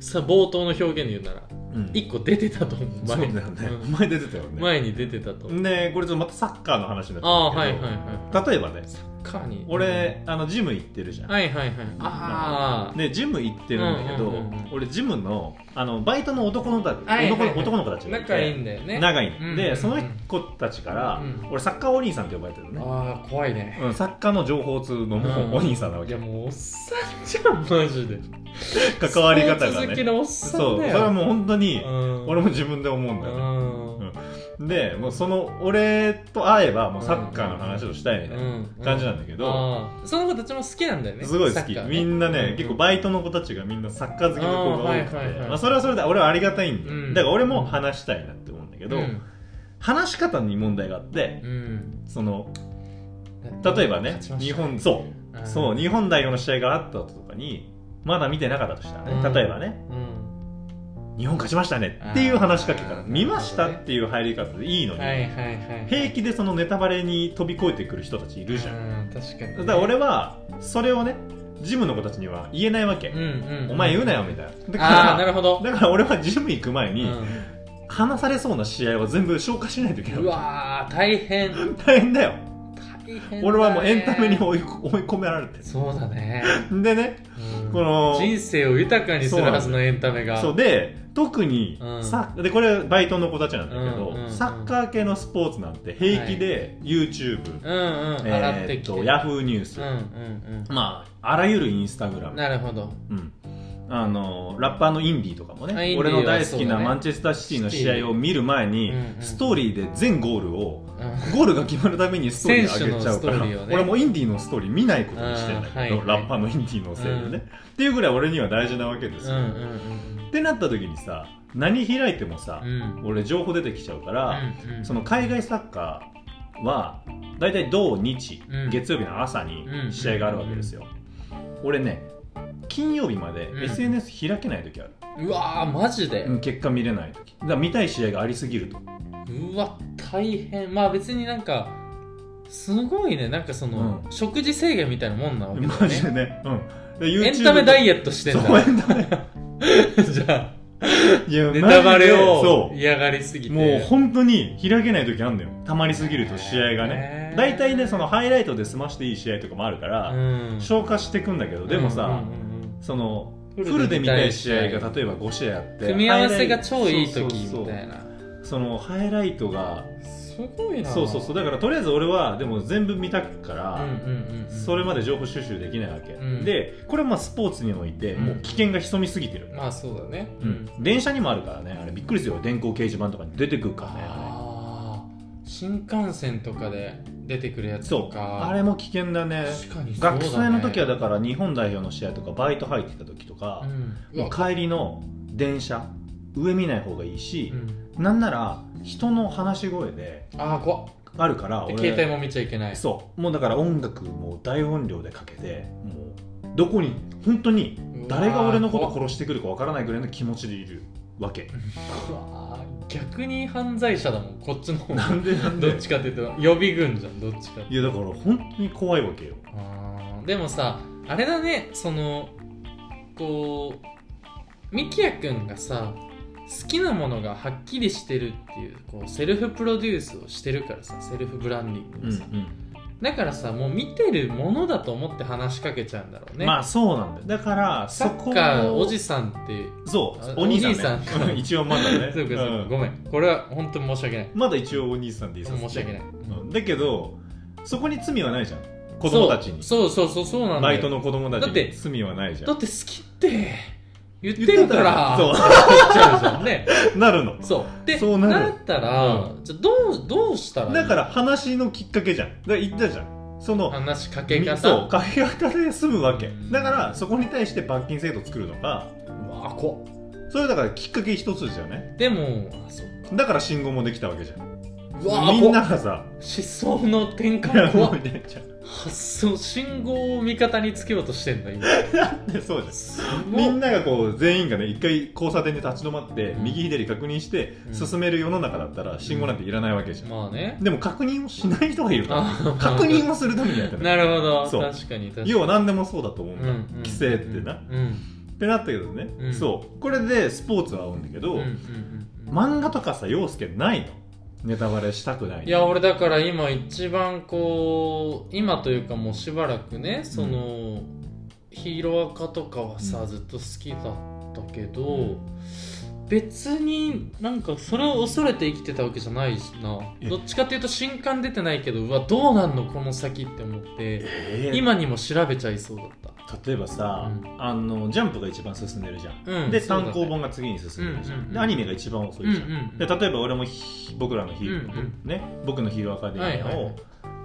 Speaker 1: さ冒頭の表現で言うなら
Speaker 2: うん
Speaker 1: 一個出てたと思う
Speaker 2: そう
Speaker 1: 前
Speaker 2: だよ
Speaker 1: に
Speaker 2: ね
Speaker 1: うん
Speaker 2: 前出てたよね
Speaker 1: 前に出てたと思う
Speaker 2: でこれちょっとまたサッカーの話になっち
Speaker 1: あ
Speaker 2: ゃ
Speaker 1: あ
Speaker 2: うん
Speaker 1: はいはい
Speaker 2: だ
Speaker 1: はい
Speaker 2: けど例えばね
Speaker 1: カーに
Speaker 2: 俺あのジム行ってるじゃん
Speaker 1: はいはいはいああ
Speaker 2: でジム行ってるんだけど
Speaker 1: うんうんうんうん
Speaker 2: 俺ジムのあのバイトの男のだ
Speaker 1: はいはいはい
Speaker 2: 男の男の子たちがい
Speaker 1: 仲いい
Speaker 2: て
Speaker 1: んだよね
Speaker 2: 長い
Speaker 1: うんうんう
Speaker 2: の
Speaker 1: ん
Speaker 2: でその子たちから
Speaker 1: うん
Speaker 2: 俺サッカーお兄さんって呼ばれてるのね
Speaker 1: ああ怖いね
Speaker 2: うんサッカーの情報通のもうお兄さんなわ
Speaker 1: い
Speaker 2: け
Speaker 1: やもうおっさんじゃんマジで
Speaker 2: 関わり
Speaker 1: ス
Speaker 2: 方
Speaker 1: ポー
Speaker 2: が
Speaker 1: ツ好
Speaker 2: ね
Speaker 1: きなおっさんだ
Speaker 2: そうそ
Speaker 1: よ
Speaker 2: れはもう本当に
Speaker 1: うん
Speaker 2: 俺も自分で思うんだよね
Speaker 1: うん
Speaker 2: でもうその俺と会えばもうサッカーの話をしたいみたいな感じなんだけど、
Speaker 1: あーその子たちも好きなんだよね
Speaker 2: すごい
Speaker 1: サ
Speaker 2: 好
Speaker 1: ッ
Speaker 2: き、
Speaker 1: カーね
Speaker 2: みんなね、
Speaker 1: う
Speaker 2: 結構バイトの子たちがみんなサッカー好きの子が多くて、
Speaker 1: あーはいはいはい
Speaker 2: まあ、それはそれで俺はありがたいんだよ、
Speaker 1: うん
Speaker 2: だから俺も話したいなって思うんだけど、
Speaker 1: うん
Speaker 2: 話し方に問題があって
Speaker 1: うん
Speaker 2: その例えばね
Speaker 1: 勝ちました
Speaker 2: 日本そううんそう日本代表の試合があった後とかにまだ見てなかったとしたらね、
Speaker 1: うん
Speaker 2: 例えばね
Speaker 1: うん
Speaker 2: 日本勝ちましたねっていう話しかけから
Speaker 1: あー
Speaker 2: 見ましたっていう入り方でいいのに、
Speaker 1: はいはいはい
Speaker 2: 平気でそのネタバレに飛び越えてくる人たちいるじゃん、
Speaker 1: うん確かに
Speaker 2: だから俺はそれをねジムの子たちには言えないわけ、
Speaker 1: うんうん
Speaker 2: お前言うなよみたいなだ
Speaker 1: ああな
Speaker 2: か
Speaker 1: るほど
Speaker 2: らだから俺はジム行く前に、
Speaker 1: う
Speaker 2: 話されそうな試合は全部消化しないといけなんいう
Speaker 1: わー大変大
Speaker 2: 大変だよ
Speaker 1: 変だね
Speaker 2: 俺はもうエンタメに追い追い込められて
Speaker 1: そうだね
Speaker 2: でね
Speaker 1: うん
Speaker 2: この
Speaker 1: 人生を豊かにするはずのエンタメが
Speaker 2: そうで特に
Speaker 1: うん
Speaker 2: サッ、でこれバイトの子たちなんだけど、
Speaker 1: うんうんうん
Speaker 2: サッカー系のスポーツなんて平気で YouTube、
Speaker 1: うんうん洗って
Speaker 2: えー
Speaker 1: き
Speaker 2: っ
Speaker 1: て
Speaker 2: とヤフーニュー
Speaker 1: う
Speaker 2: ス、
Speaker 1: んうん
Speaker 2: まああらゆるインスタグ
Speaker 1: う
Speaker 2: ラ
Speaker 1: ん
Speaker 2: ム
Speaker 1: なるほど
Speaker 2: うん、あのラッパーのインディとかも
Speaker 1: あイン
Speaker 2: ね
Speaker 1: ディ
Speaker 2: 俺の大好
Speaker 1: はそ
Speaker 2: き
Speaker 1: うだ
Speaker 2: な
Speaker 1: ね
Speaker 2: マンチェスターシティの試合を見る前に、
Speaker 1: うんうん
Speaker 2: ストーリーで全ゴールを
Speaker 1: うん
Speaker 2: ゴールが決まるためにストーリー上げちゃ
Speaker 1: 選手のス
Speaker 2: うか
Speaker 1: ト
Speaker 2: ら、
Speaker 1: ーリーをね
Speaker 2: 俺もインディのストーリー見ないことにしてんだけど、
Speaker 1: あーはいはい
Speaker 2: ラッパーのインディのせいでね、
Speaker 1: うん
Speaker 2: っていうぐらい俺には大事なわけです
Speaker 1: う
Speaker 2: よ、
Speaker 1: ん
Speaker 2: ってなった時にさ何開いてもさ
Speaker 1: うんうんう、ん
Speaker 2: 俺情報出てきちゃうから、
Speaker 1: うんうん
Speaker 2: その海外サッカーは大体土日、
Speaker 1: うん
Speaker 2: 月曜日の朝に
Speaker 1: うん
Speaker 2: 試合があるわけですよ、俺ね金曜日まで
Speaker 1: うん
Speaker 2: SNS 開けない時ある、
Speaker 1: うわーマジで、
Speaker 2: うん結果見れない時だから見たい試合がありすぎると、
Speaker 1: うわ大変まあ別になんかすごいねなんかその、
Speaker 2: うん
Speaker 1: 食事制限みたいなもんなわけだ
Speaker 2: マ
Speaker 1: よ
Speaker 2: ジで
Speaker 1: ね
Speaker 2: ね、うん、で YouTube
Speaker 1: エンタメダイエットしてん
Speaker 2: そうエ
Speaker 1: だ
Speaker 2: ンタメ
Speaker 1: じゃ
Speaker 2: い や
Speaker 1: あネタバレ
Speaker 2: マジでそ
Speaker 1: を
Speaker 2: う
Speaker 1: 嫌がりすぎて
Speaker 2: もう本当に開けない時あるんだよたまりすぎると試合がね
Speaker 1: へー
Speaker 2: 大体ねそのハイライトで済ましていい試合とかもあるから、
Speaker 1: うん
Speaker 2: 消化していくんだけどでもさ、
Speaker 1: うんうんうん
Speaker 2: そのフ
Speaker 1: フルで
Speaker 2: ルで見たい試
Speaker 1: 見た
Speaker 2: 合
Speaker 1: い
Speaker 2: が例えば5試合あって
Speaker 1: 組み合わせが
Speaker 2: ハイライ
Speaker 1: 超
Speaker 2: ト
Speaker 1: いい時
Speaker 2: そうそう
Speaker 1: み
Speaker 2: そう
Speaker 1: たいな
Speaker 2: そのハイライトが
Speaker 1: すごいな
Speaker 2: そうそうそう
Speaker 1: う
Speaker 2: だからとりあえず俺はでも全部見たくから、
Speaker 1: んうんうん
Speaker 2: それまで情報収集できないわけ、
Speaker 1: うん
Speaker 2: でこれはまあスポーツにおいて
Speaker 1: うん
Speaker 2: もう危険が潜みすぎてる、
Speaker 1: まあそうだね
Speaker 2: うん電車にもあるからねあれびっくりするよ電光掲示板とかに出てくるからねあ
Speaker 1: あー新幹線とかで出てくるや
Speaker 2: れ
Speaker 1: つ
Speaker 2: そ
Speaker 1: と
Speaker 2: う
Speaker 1: か
Speaker 2: あれも危険だね
Speaker 1: 確かにそうだね
Speaker 2: 学生の時はだから日本代表の試合とかバイト入ってた時とか
Speaker 1: う、んう
Speaker 2: も
Speaker 1: わ
Speaker 2: う帰りの電車上見ない方がいいし
Speaker 1: う、ん
Speaker 2: なんなら人の話し声で
Speaker 1: ああ怖っ
Speaker 2: あるから
Speaker 1: で
Speaker 2: 俺
Speaker 1: 携帯も見ちゃいけない
Speaker 2: そうもうだから音楽も大音量でかけてもうどこに本当に誰が俺のこと殺してくるかわからないぐらいの気持ちでいるわけ
Speaker 1: うわー逆に犯罪者だもんこっちの方
Speaker 2: なんでなん
Speaker 1: ど
Speaker 2: で
Speaker 1: っちかっていうと予備軍じゃんどっちかって
Speaker 2: いやだから本当に怖いわけよ
Speaker 1: あーでもさあれだねそのこうみきやくんがさ好きなものがはっきりしてるっていうこうセルフプロデュースをしてるからさセルフブランディングをさ、だからさもう見てるものだと思って話しかけちゃうんだろうね、
Speaker 2: まあそうなんだよだから
Speaker 1: サ
Speaker 2: そこ
Speaker 1: ッ
Speaker 2: を
Speaker 1: カーおじさんって
Speaker 2: そう
Speaker 1: あ
Speaker 2: お兄さん,、ね、
Speaker 1: お兄 さんか
Speaker 2: 一応まだね
Speaker 1: そうかそうか
Speaker 2: うん
Speaker 1: ごめんこれは本当に申し訳ない
Speaker 2: まだ一応お兄さんでいい
Speaker 1: 申し訳ない、
Speaker 2: うんだけどそこに罪はないじゃん子供たちに
Speaker 1: そうそうそうそうそうなんだ
Speaker 2: バ
Speaker 1: よ
Speaker 2: イトの子供たち
Speaker 1: だって
Speaker 2: に罪はないじゃ
Speaker 1: だ
Speaker 2: ん
Speaker 1: って好きって言ってるから
Speaker 2: 言って
Speaker 1: 言っちゃうじゃんね
Speaker 2: なるの
Speaker 1: そうで
Speaker 2: そうな
Speaker 1: な
Speaker 2: る
Speaker 1: ったら、じゃあどうどうしたらいい
Speaker 2: だから話のきっかけじゃんだから言ったじゃんその
Speaker 1: 話しかけ方
Speaker 2: そうかけ方で済むわけだからそこに対して罰金制度作るのか
Speaker 1: うわあこ
Speaker 2: それだからきっかけ一つですよね
Speaker 1: でもあそう
Speaker 2: だから信号もできたわけじゃん
Speaker 1: うわあ
Speaker 2: みんな
Speaker 1: こ
Speaker 2: がさ
Speaker 1: 思想の転
Speaker 2: いや
Speaker 1: 換
Speaker 2: も
Speaker 1: 怖
Speaker 2: う
Speaker 1: っ
Speaker 2: ねじゃ
Speaker 1: 発想信号を味方につけようとしてんだ今
Speaker 2: あでそうじゃん
Speaker 1: すご
Speaker 2: み
Speaker 1: い
Speaker 2: んながこう全員がね一回交差点で立ち止まって
Speaker 1: うん
Speaker 2: 右左確認して
Speaker 1: うん
Speaker 2: 進める世の中だったら信号なんていらないわけじゃん
Speaker 1: まあね
Speaker 2: でも確認をしない人がいるから
Speaker 1: あ
Speaker 2: 確認をするためにやって る
Speaker 1: なるほど
Speaker 2: そう
Speaker 1: 確かに確かに
Speaker 2: 要は何でもそうだと思うんだ、
Speaker 1: うんうん
Speaker 2: 規制ってな、
Speaker 1: うん
Speaker 2: ってなったけどね、
Speaker 1: うん
Speaker 2: そうこれでスポーツは合うんだけど、
Speaker 1: うんうんうんうん
Speaker 2: 漫画とかさ陽介ないのネタバレしたくない
Speaker 1: いや俺だから今一番こう今というかもうしばらくねその、ヒーローアカとかはさ、
Speaker 2: うん
Speaker 1: ずっと好きだったけど、
Speaker 2: うん
Speaker 1: 別になんかそれを恐れて生きてたわけじゃないしな
Speaker 2: え
Speaker 1: どっちかっていうと新刊出てないけどうわどうなんのこの先って思って
Speaker 2: えー
Speaker 1: 今にも調べちゃいそうだっ
Speaker 2: 例えばさ、
Speaker 1: うん
Speaker 2: あのジャンプが一番進んでるじゃん、
Speaker 1: た、うん、
Speaker 2: で
Speaker 1: そうだね
Speaker 2: 単行本が次に進んでるじゃん、
Speaker 1: うんうんうん
Speaker 2: でアニメが一番遅
Speaker 1: うんう
Speaker 2: い
Speaker 1: ん
Speaker 2: じゃん、
Speaker 1: うん
Speaker 2: で例えば俺もひ僕らのヒーロー、
Speaker 1: うんうん
Speaker 2: ね、僕のヒーローアカデミア
Speaker 1: はいはいは
Speaker 2: を
Speaker 1: い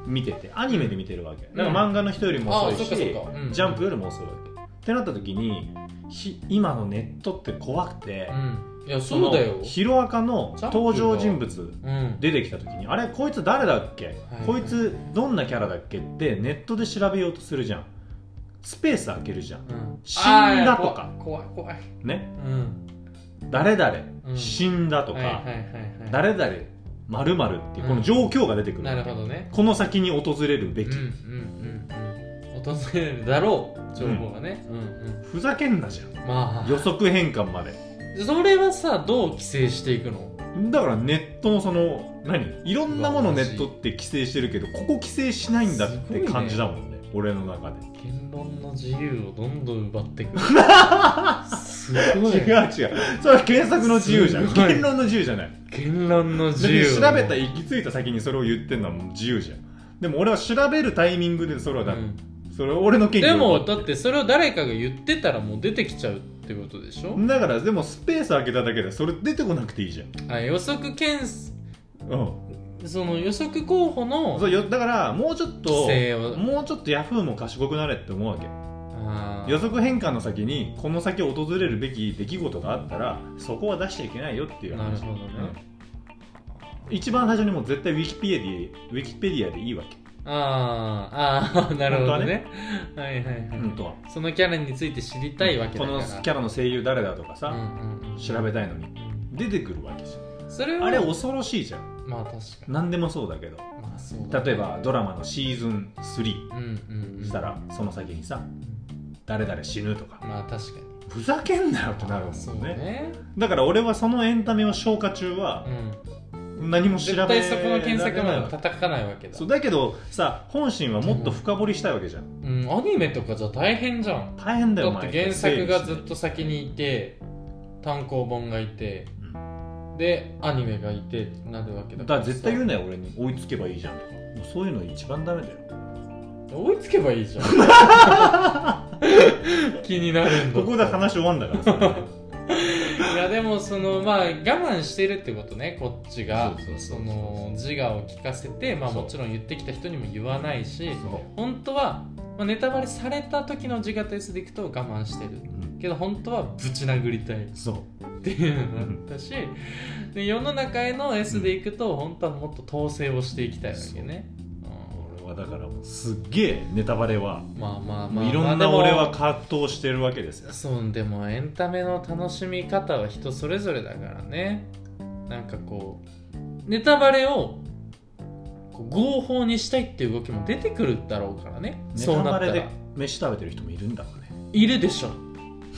Speaker 2: 見ててアニメで見てるわけ
Speaker 1: ん
Speaker 2: だから漫画の人よりも遅い
Speaker 1: あそっか
Speaker 2: し、
Speaker 1: そっかうん
Speaker 2: ジャンプよりも遅いわけってなった時にひ今のネットって怖くて、
Speaker 1: うんいやそうだよ
Speaker 2: のヒロアカの登場人物
Speaker 1: うん
Speaker 2: 出てきた時にあれこいつ誰だっけ、
Speaker 1: い
Speaker 2: こいつどんなキャラだっけってネットで調べようとするじゃんスペース開けるじゃん
Speaker 1: うん
Speaker 2: 死んだとか
Speaker 1: あー怖い怖い怖い
Speaker 2: ね
Speaker 1: うん
Speaker 2: 誰々、
Speaker 1: うん
Speaker 2: 死んだとか、
Speaker 1: はいはいはいはい
Speaker 2: 誰々まるまるっていうこの状況が出てくるわ
Speaker 1: な
Speaker 2: け、
Speaker 1: るほどね
Speaker 2: この先に訪れるべ
Speaker 1: う
Speaker 2: き、
Speaker 1: んうんうんうん訪れるだろう情報がね、うんうん
Speaker 2: ふざけんなじゃん
Speaker 1: ま
Speaker 2: 予測変換まで
Speaker 1: あそれはさどう規制していくの
Speaker 2: だからネットのその何いろんなものネットって規制してるけどここ規制しないんだって感じだもんね俺の中で
Speaker 1: 言論の自由をどんどん奪っていくす
Speaker 2: 違う
Speaker 1: ごい
Speaker 2: 違うそれは検索の自由じゃん
Speaker 1: すごい
Speaker 2: 言論の自由じゃない
Speaker 1: 言論の
Speaker 2: だ
Speaker 1: 自
Speaker 2: け
Speaker 1: 由
Speaker 2: ど調べた行き着いた先にそれを言ってんのはもう自由じゃんでも俺は調べるタイミングでそれは
Speaker 1: う
Speaker 2: だ、
Speaker 1: ん
Speaker 2: それ俺の権利
Speaker 1: でもだってそれを誰かが言ってたらもう出てきちゃうってことでしょ、
Speaker 2: だからでもスペース開けただけでそれ出てこなくていいじゃん
Speaker 1: あ予測検査
Speaker 2: うん
Speaker 1: その予測候補の
Speaker 2: そうよだからもうちょっと
Speaker 1: 規制を
Speaker 2: もうちょっとヤフーも賢くなれって思うわけ
Speaker 1: あー
Speaker 2: 予測変換の先にこの先訪れるべき出来事があったらそこは出しちゃいけないよっていう
Speaker 1: なる
Speaker 2: 話
Speaker 1: ほどね、
Speaker 2: うん一番最初にもう絶対ウィキペディウィキペディアでいいわけ
Speaker 1: あーあー なるほどねはいはいはい、
Speaker 2: 本当は
Speaker 1: そのキャラについて知りたいわけだ
Speaker 2: こ
Speaker 1: から
Speaker 2: のキャラの声優誰だとかさ、
Speaker 1: うんうんうん
Speaker 2: 調べたいのに出てくるわけじ
Speaker 1: それ
Speaker 2: ゃん
Speaker 1: は
Speaker 2: あれ恐ろしいじゃん
Speaker 1: まあ確かに
Speaker 2: 何でもそうだけど
Speaker 1: まあそうだね
Speaker 2: 例えばドラマのシーズン3
Speaker 1: うんうんうん
Speaker 2: したらその先にさ誰々死ぬとか
Speaker 1: まあ確かに
Speaker 2: ふざけんなよってなるもん
Speaker 1: そう
Speaker 2: ね
Speaker 1: ね、
Speaker 2: だから俺はそのエンタメを消化中は
Speaker 1: うん、
Speaker 2: 何も調
Speaker 1: 絶
Speaker 2: べられない
Speaker 1: 対そこの検索まで叩かないわけだ
Speaker 2: そうだけどさ本心はもっと深掘りしたいわけじゃん
Speaker 1: うん、アニメとかじゃ大変じゃん
Speaker 2: 大変だ
Speaker 1: だ
Speaker 2: よ
Speaker 1: って原作がずっ
Speaker 2: と
Speaker 1: と先にいて単行本がいてでアニメがいてってなるわけだか
Speaker 2: だからら絶対言う
Speaker 1: ね
Speaker 2: なよ俺に追いつけばいいじゃんとかもうそういうの一番ダメ だよ
Speaker 1: 追いつけばいいじゃん 気になるんだ
Speaker 2: ここで話終わんだからさ
Speaker 1: いやでもそのまあ我慢してるってことねこっちが
Speaker 2: そうそうそうそう
Speaker 1: その自我を聞かせてまあ
Speaker 2: そう
Speaker 1: もちろん言ってきた人にも言わないし
Speaker 2: そう
Speaker 1: 本当は、まあ、ネタバレされた時の自我と S でいくと我慢してる
Speaker 2: うん
Speaker 1: けど本当はぶち殴りたいっ
Speaker 2: そう
Speaker 1: ていうのもあったしで世の中への S でいくと本当はもっと統制をしていきたいわけね、
Speaker 2: 俺はだからもうすっげえネタバレは
Speaker 1: うん、まあまあま
Speaker 2: も
Speaker 1: あ
Speaker 2: ういろん
Speaker 1: まあで
Speaker 2: な
Speaker 1: も
Speaker 2: 俺は葛藤してるわけですよ
Speaker 1: そうでもエンタメの楽しみ方は人それぞれだからねなんかこうネタバレをこう合法にしたいっていう動きも出てくるだろうからね
Speaker 2: ネ
Speaker 1: そ
Speaker 2: タ
Speaker 1: うな
Speaker 2: バ
Speaker 1: った
Speaker 2: レで
Speaker 1: ら
Speaker 2: 飯食べてる人もいるんだろうね
Speaker 1: いるでしょ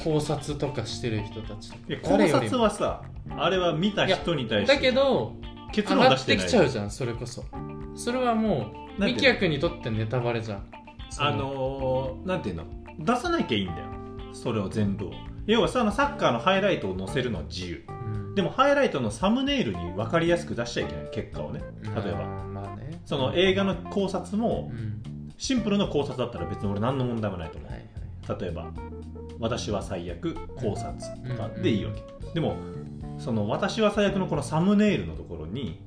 Speaker 1: 考察とかしてる人たちとか
Speaker 2: いや考
Speaker 1: 誰より
Speaker 2: 察
Speaker 1: も
Speaker 2: はさあれは見た人に対して
Speaker 1: だけど
Speaker 2: 結
Speaker 1: 上
Speaker 2: 論
Speaker 1: が
Speaker 2: 出し
Speaker 1: って
Speaker 2: て
Speaker 1: き
Speaker 2: ない
Speaker 1: ちゃうじゃんそれこそそれはもう
Speaker 2: なん
Speaker 1: ミ
Speaker 2: て
Speaker 1: キヤ君にとってネタバレじゃんそ
Speaker 2: あのー、なんていうの出さなきゃいいんだよそれを全部を要はさあのサッカーのハイライトを載せるのは自由
Speaker 1: うん
Speaker 2: でもハイライトのサムネイルに分かりやすく出しちゃいけない結果をね例え
Speaker 1: まあ
Speaker 2: ば
Speaker 1: まあね
Speaker 2: その映画の考察
Speaker 1: う
Speaker 2: も
Speaker 1: ん
Speaker 2: シンプルな考察だったら別に俺何の問題もないと思
Speaker 1: はいはいう
Speaker 2: 例えば「私は最悪考察」とかでいいわけでもその「私は最悪」のこのサムネイルのところに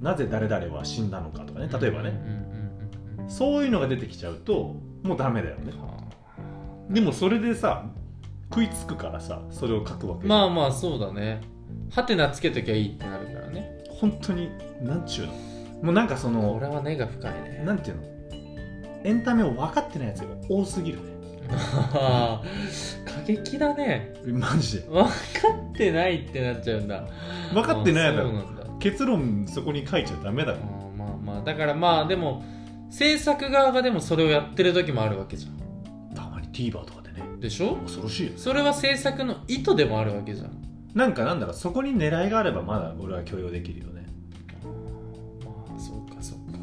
Speaker 2: なぜ誰々は死んだのかとかね例えば
Speaker 1: うん
Speaker 2: ね
Speaker 1: うんうんうん
Speaker 2: そういうのが出てきちゃうともうダメだよね
Speaker 1: うんはあ
Speaker 2: でもそれでさ食いつくからさそれを書くわけ
Speaker 1: まあまあそうだねハテナつけときゃいいってなるからね
Speaker 2: 本当になんちゅうのもうなんかそ
Speaker 1: これ
Speaker 2: の
Speaker 1: は根が深いね
Speaker 2: なんていうのエンタメを分かってないやつが多すぎるね
Speaker 1: あー過激だね
Speaker 2: マジで
Speaker 1: 分かってないってなっちゃうんだ
Speaker 2: 分かってない
Speaker 1: だ
Speaker 2: だ
Speaker 1: ろそう
Speaker 2: ろ
Speaker 1: なんだ
Speaker 2: 結論そこに書いちゃダメだ
Speaker 1: あ
Speaker 2: ろ
Speaker 1: ーまあまあだからまあでも制作側がでもそれをやってる時もあるわけじゃ
Speaker 2: たまに TVer とかでね
Speaker 1: んでしょ
Speaker 2: 恐ろしいよ
Speaker 1: それは制作の意図でもあるわけじゃん
Speaker 2: なんかなんだかそこに狙いがあればまだ俺は許容できるよね
Speaker 1: まあそうかそうか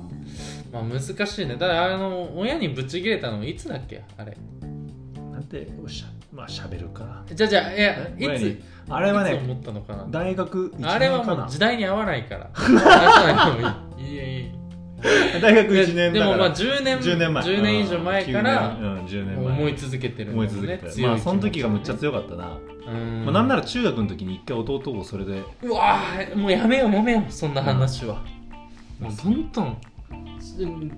Speaker 1: まあ難しいねだからあの親にブチ切れたのいつだっけあれ
Speaker 2: なんておっしゃまあしゃべるか
Speaker 1: じゃあじゃあいや
Speaker 2: 親
Speaker 1: い
Speaker 2: に
Speaker 1: つ
Speaker 2: あれはい
Speaker 1: つ
Speaker 2: ね
Speaker 1: 思ったのかな
Speaker 2: 大学1年かな
Speaker 1: あれはもう時代に合わないから。出さないでもいい。いやいや
Speaker 2: 大学
Speaker 1: で
Speaker 2: 1年
Speaker 1: で
Speaker 2: だか
Speaker 1: も
Speaker 2: ら
Speaker 1: まあ10年
Speaker 2: 10年前
Speaker 1: 10年以上前から
Speaker 2: うん10年
Speaker 1: もう
Speaker 2: 前
Speaker 1: 思い続けてるんだ
Speaker 2: 思
Speaker 1: も
Speaker 2: い
Speaker 1: んね
Speaker 2: 続けて、
Speaker 1: 強い気持ち
Speaker 2: まあその時がむっちゃ強かったな、
Speaker 1: うん
Speaker 2: まあ、なんなら中学の時に一回弟をそれで
Speaker 1: うわーもうやめようもめようそんな話は、もうどんどんうん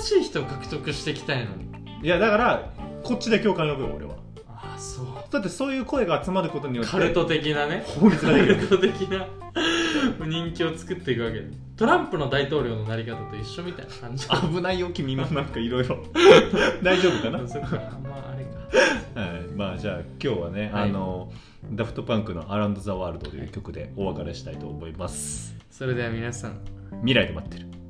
Speaker 1: 新しい人を獲得していきたいのに
Speaker 2: いやだからこっちで共感呼ぶよ俺は
Speaker 1: ああそう
Speaker 2: だってそういう声が集まることによって
Speaker 1: カルト的なね
Speaker 2: 法律
Speaker 1: カ
Speaker 2: ができ
Speaker 1: ル
Speaker 2: る
Speaker 1: ト的な人気を作っていくわけだトランプの大統領のなり方と一緒みたいな感じ
Speaker 2: 危ないよ君もなんかいろいろ 大丈夫かな、
Speaker 1: そっかまああれか
Speaker 2: はい、まあじゃあ今日はね、
Speaker 1: はい
Speaker 2: あのダフトパンクの「アラウンド・ザ・ワールド」という曲でお別れしたいと思います
Speaker 1: それでは皆さん
Speaker 2: 未来で待ってる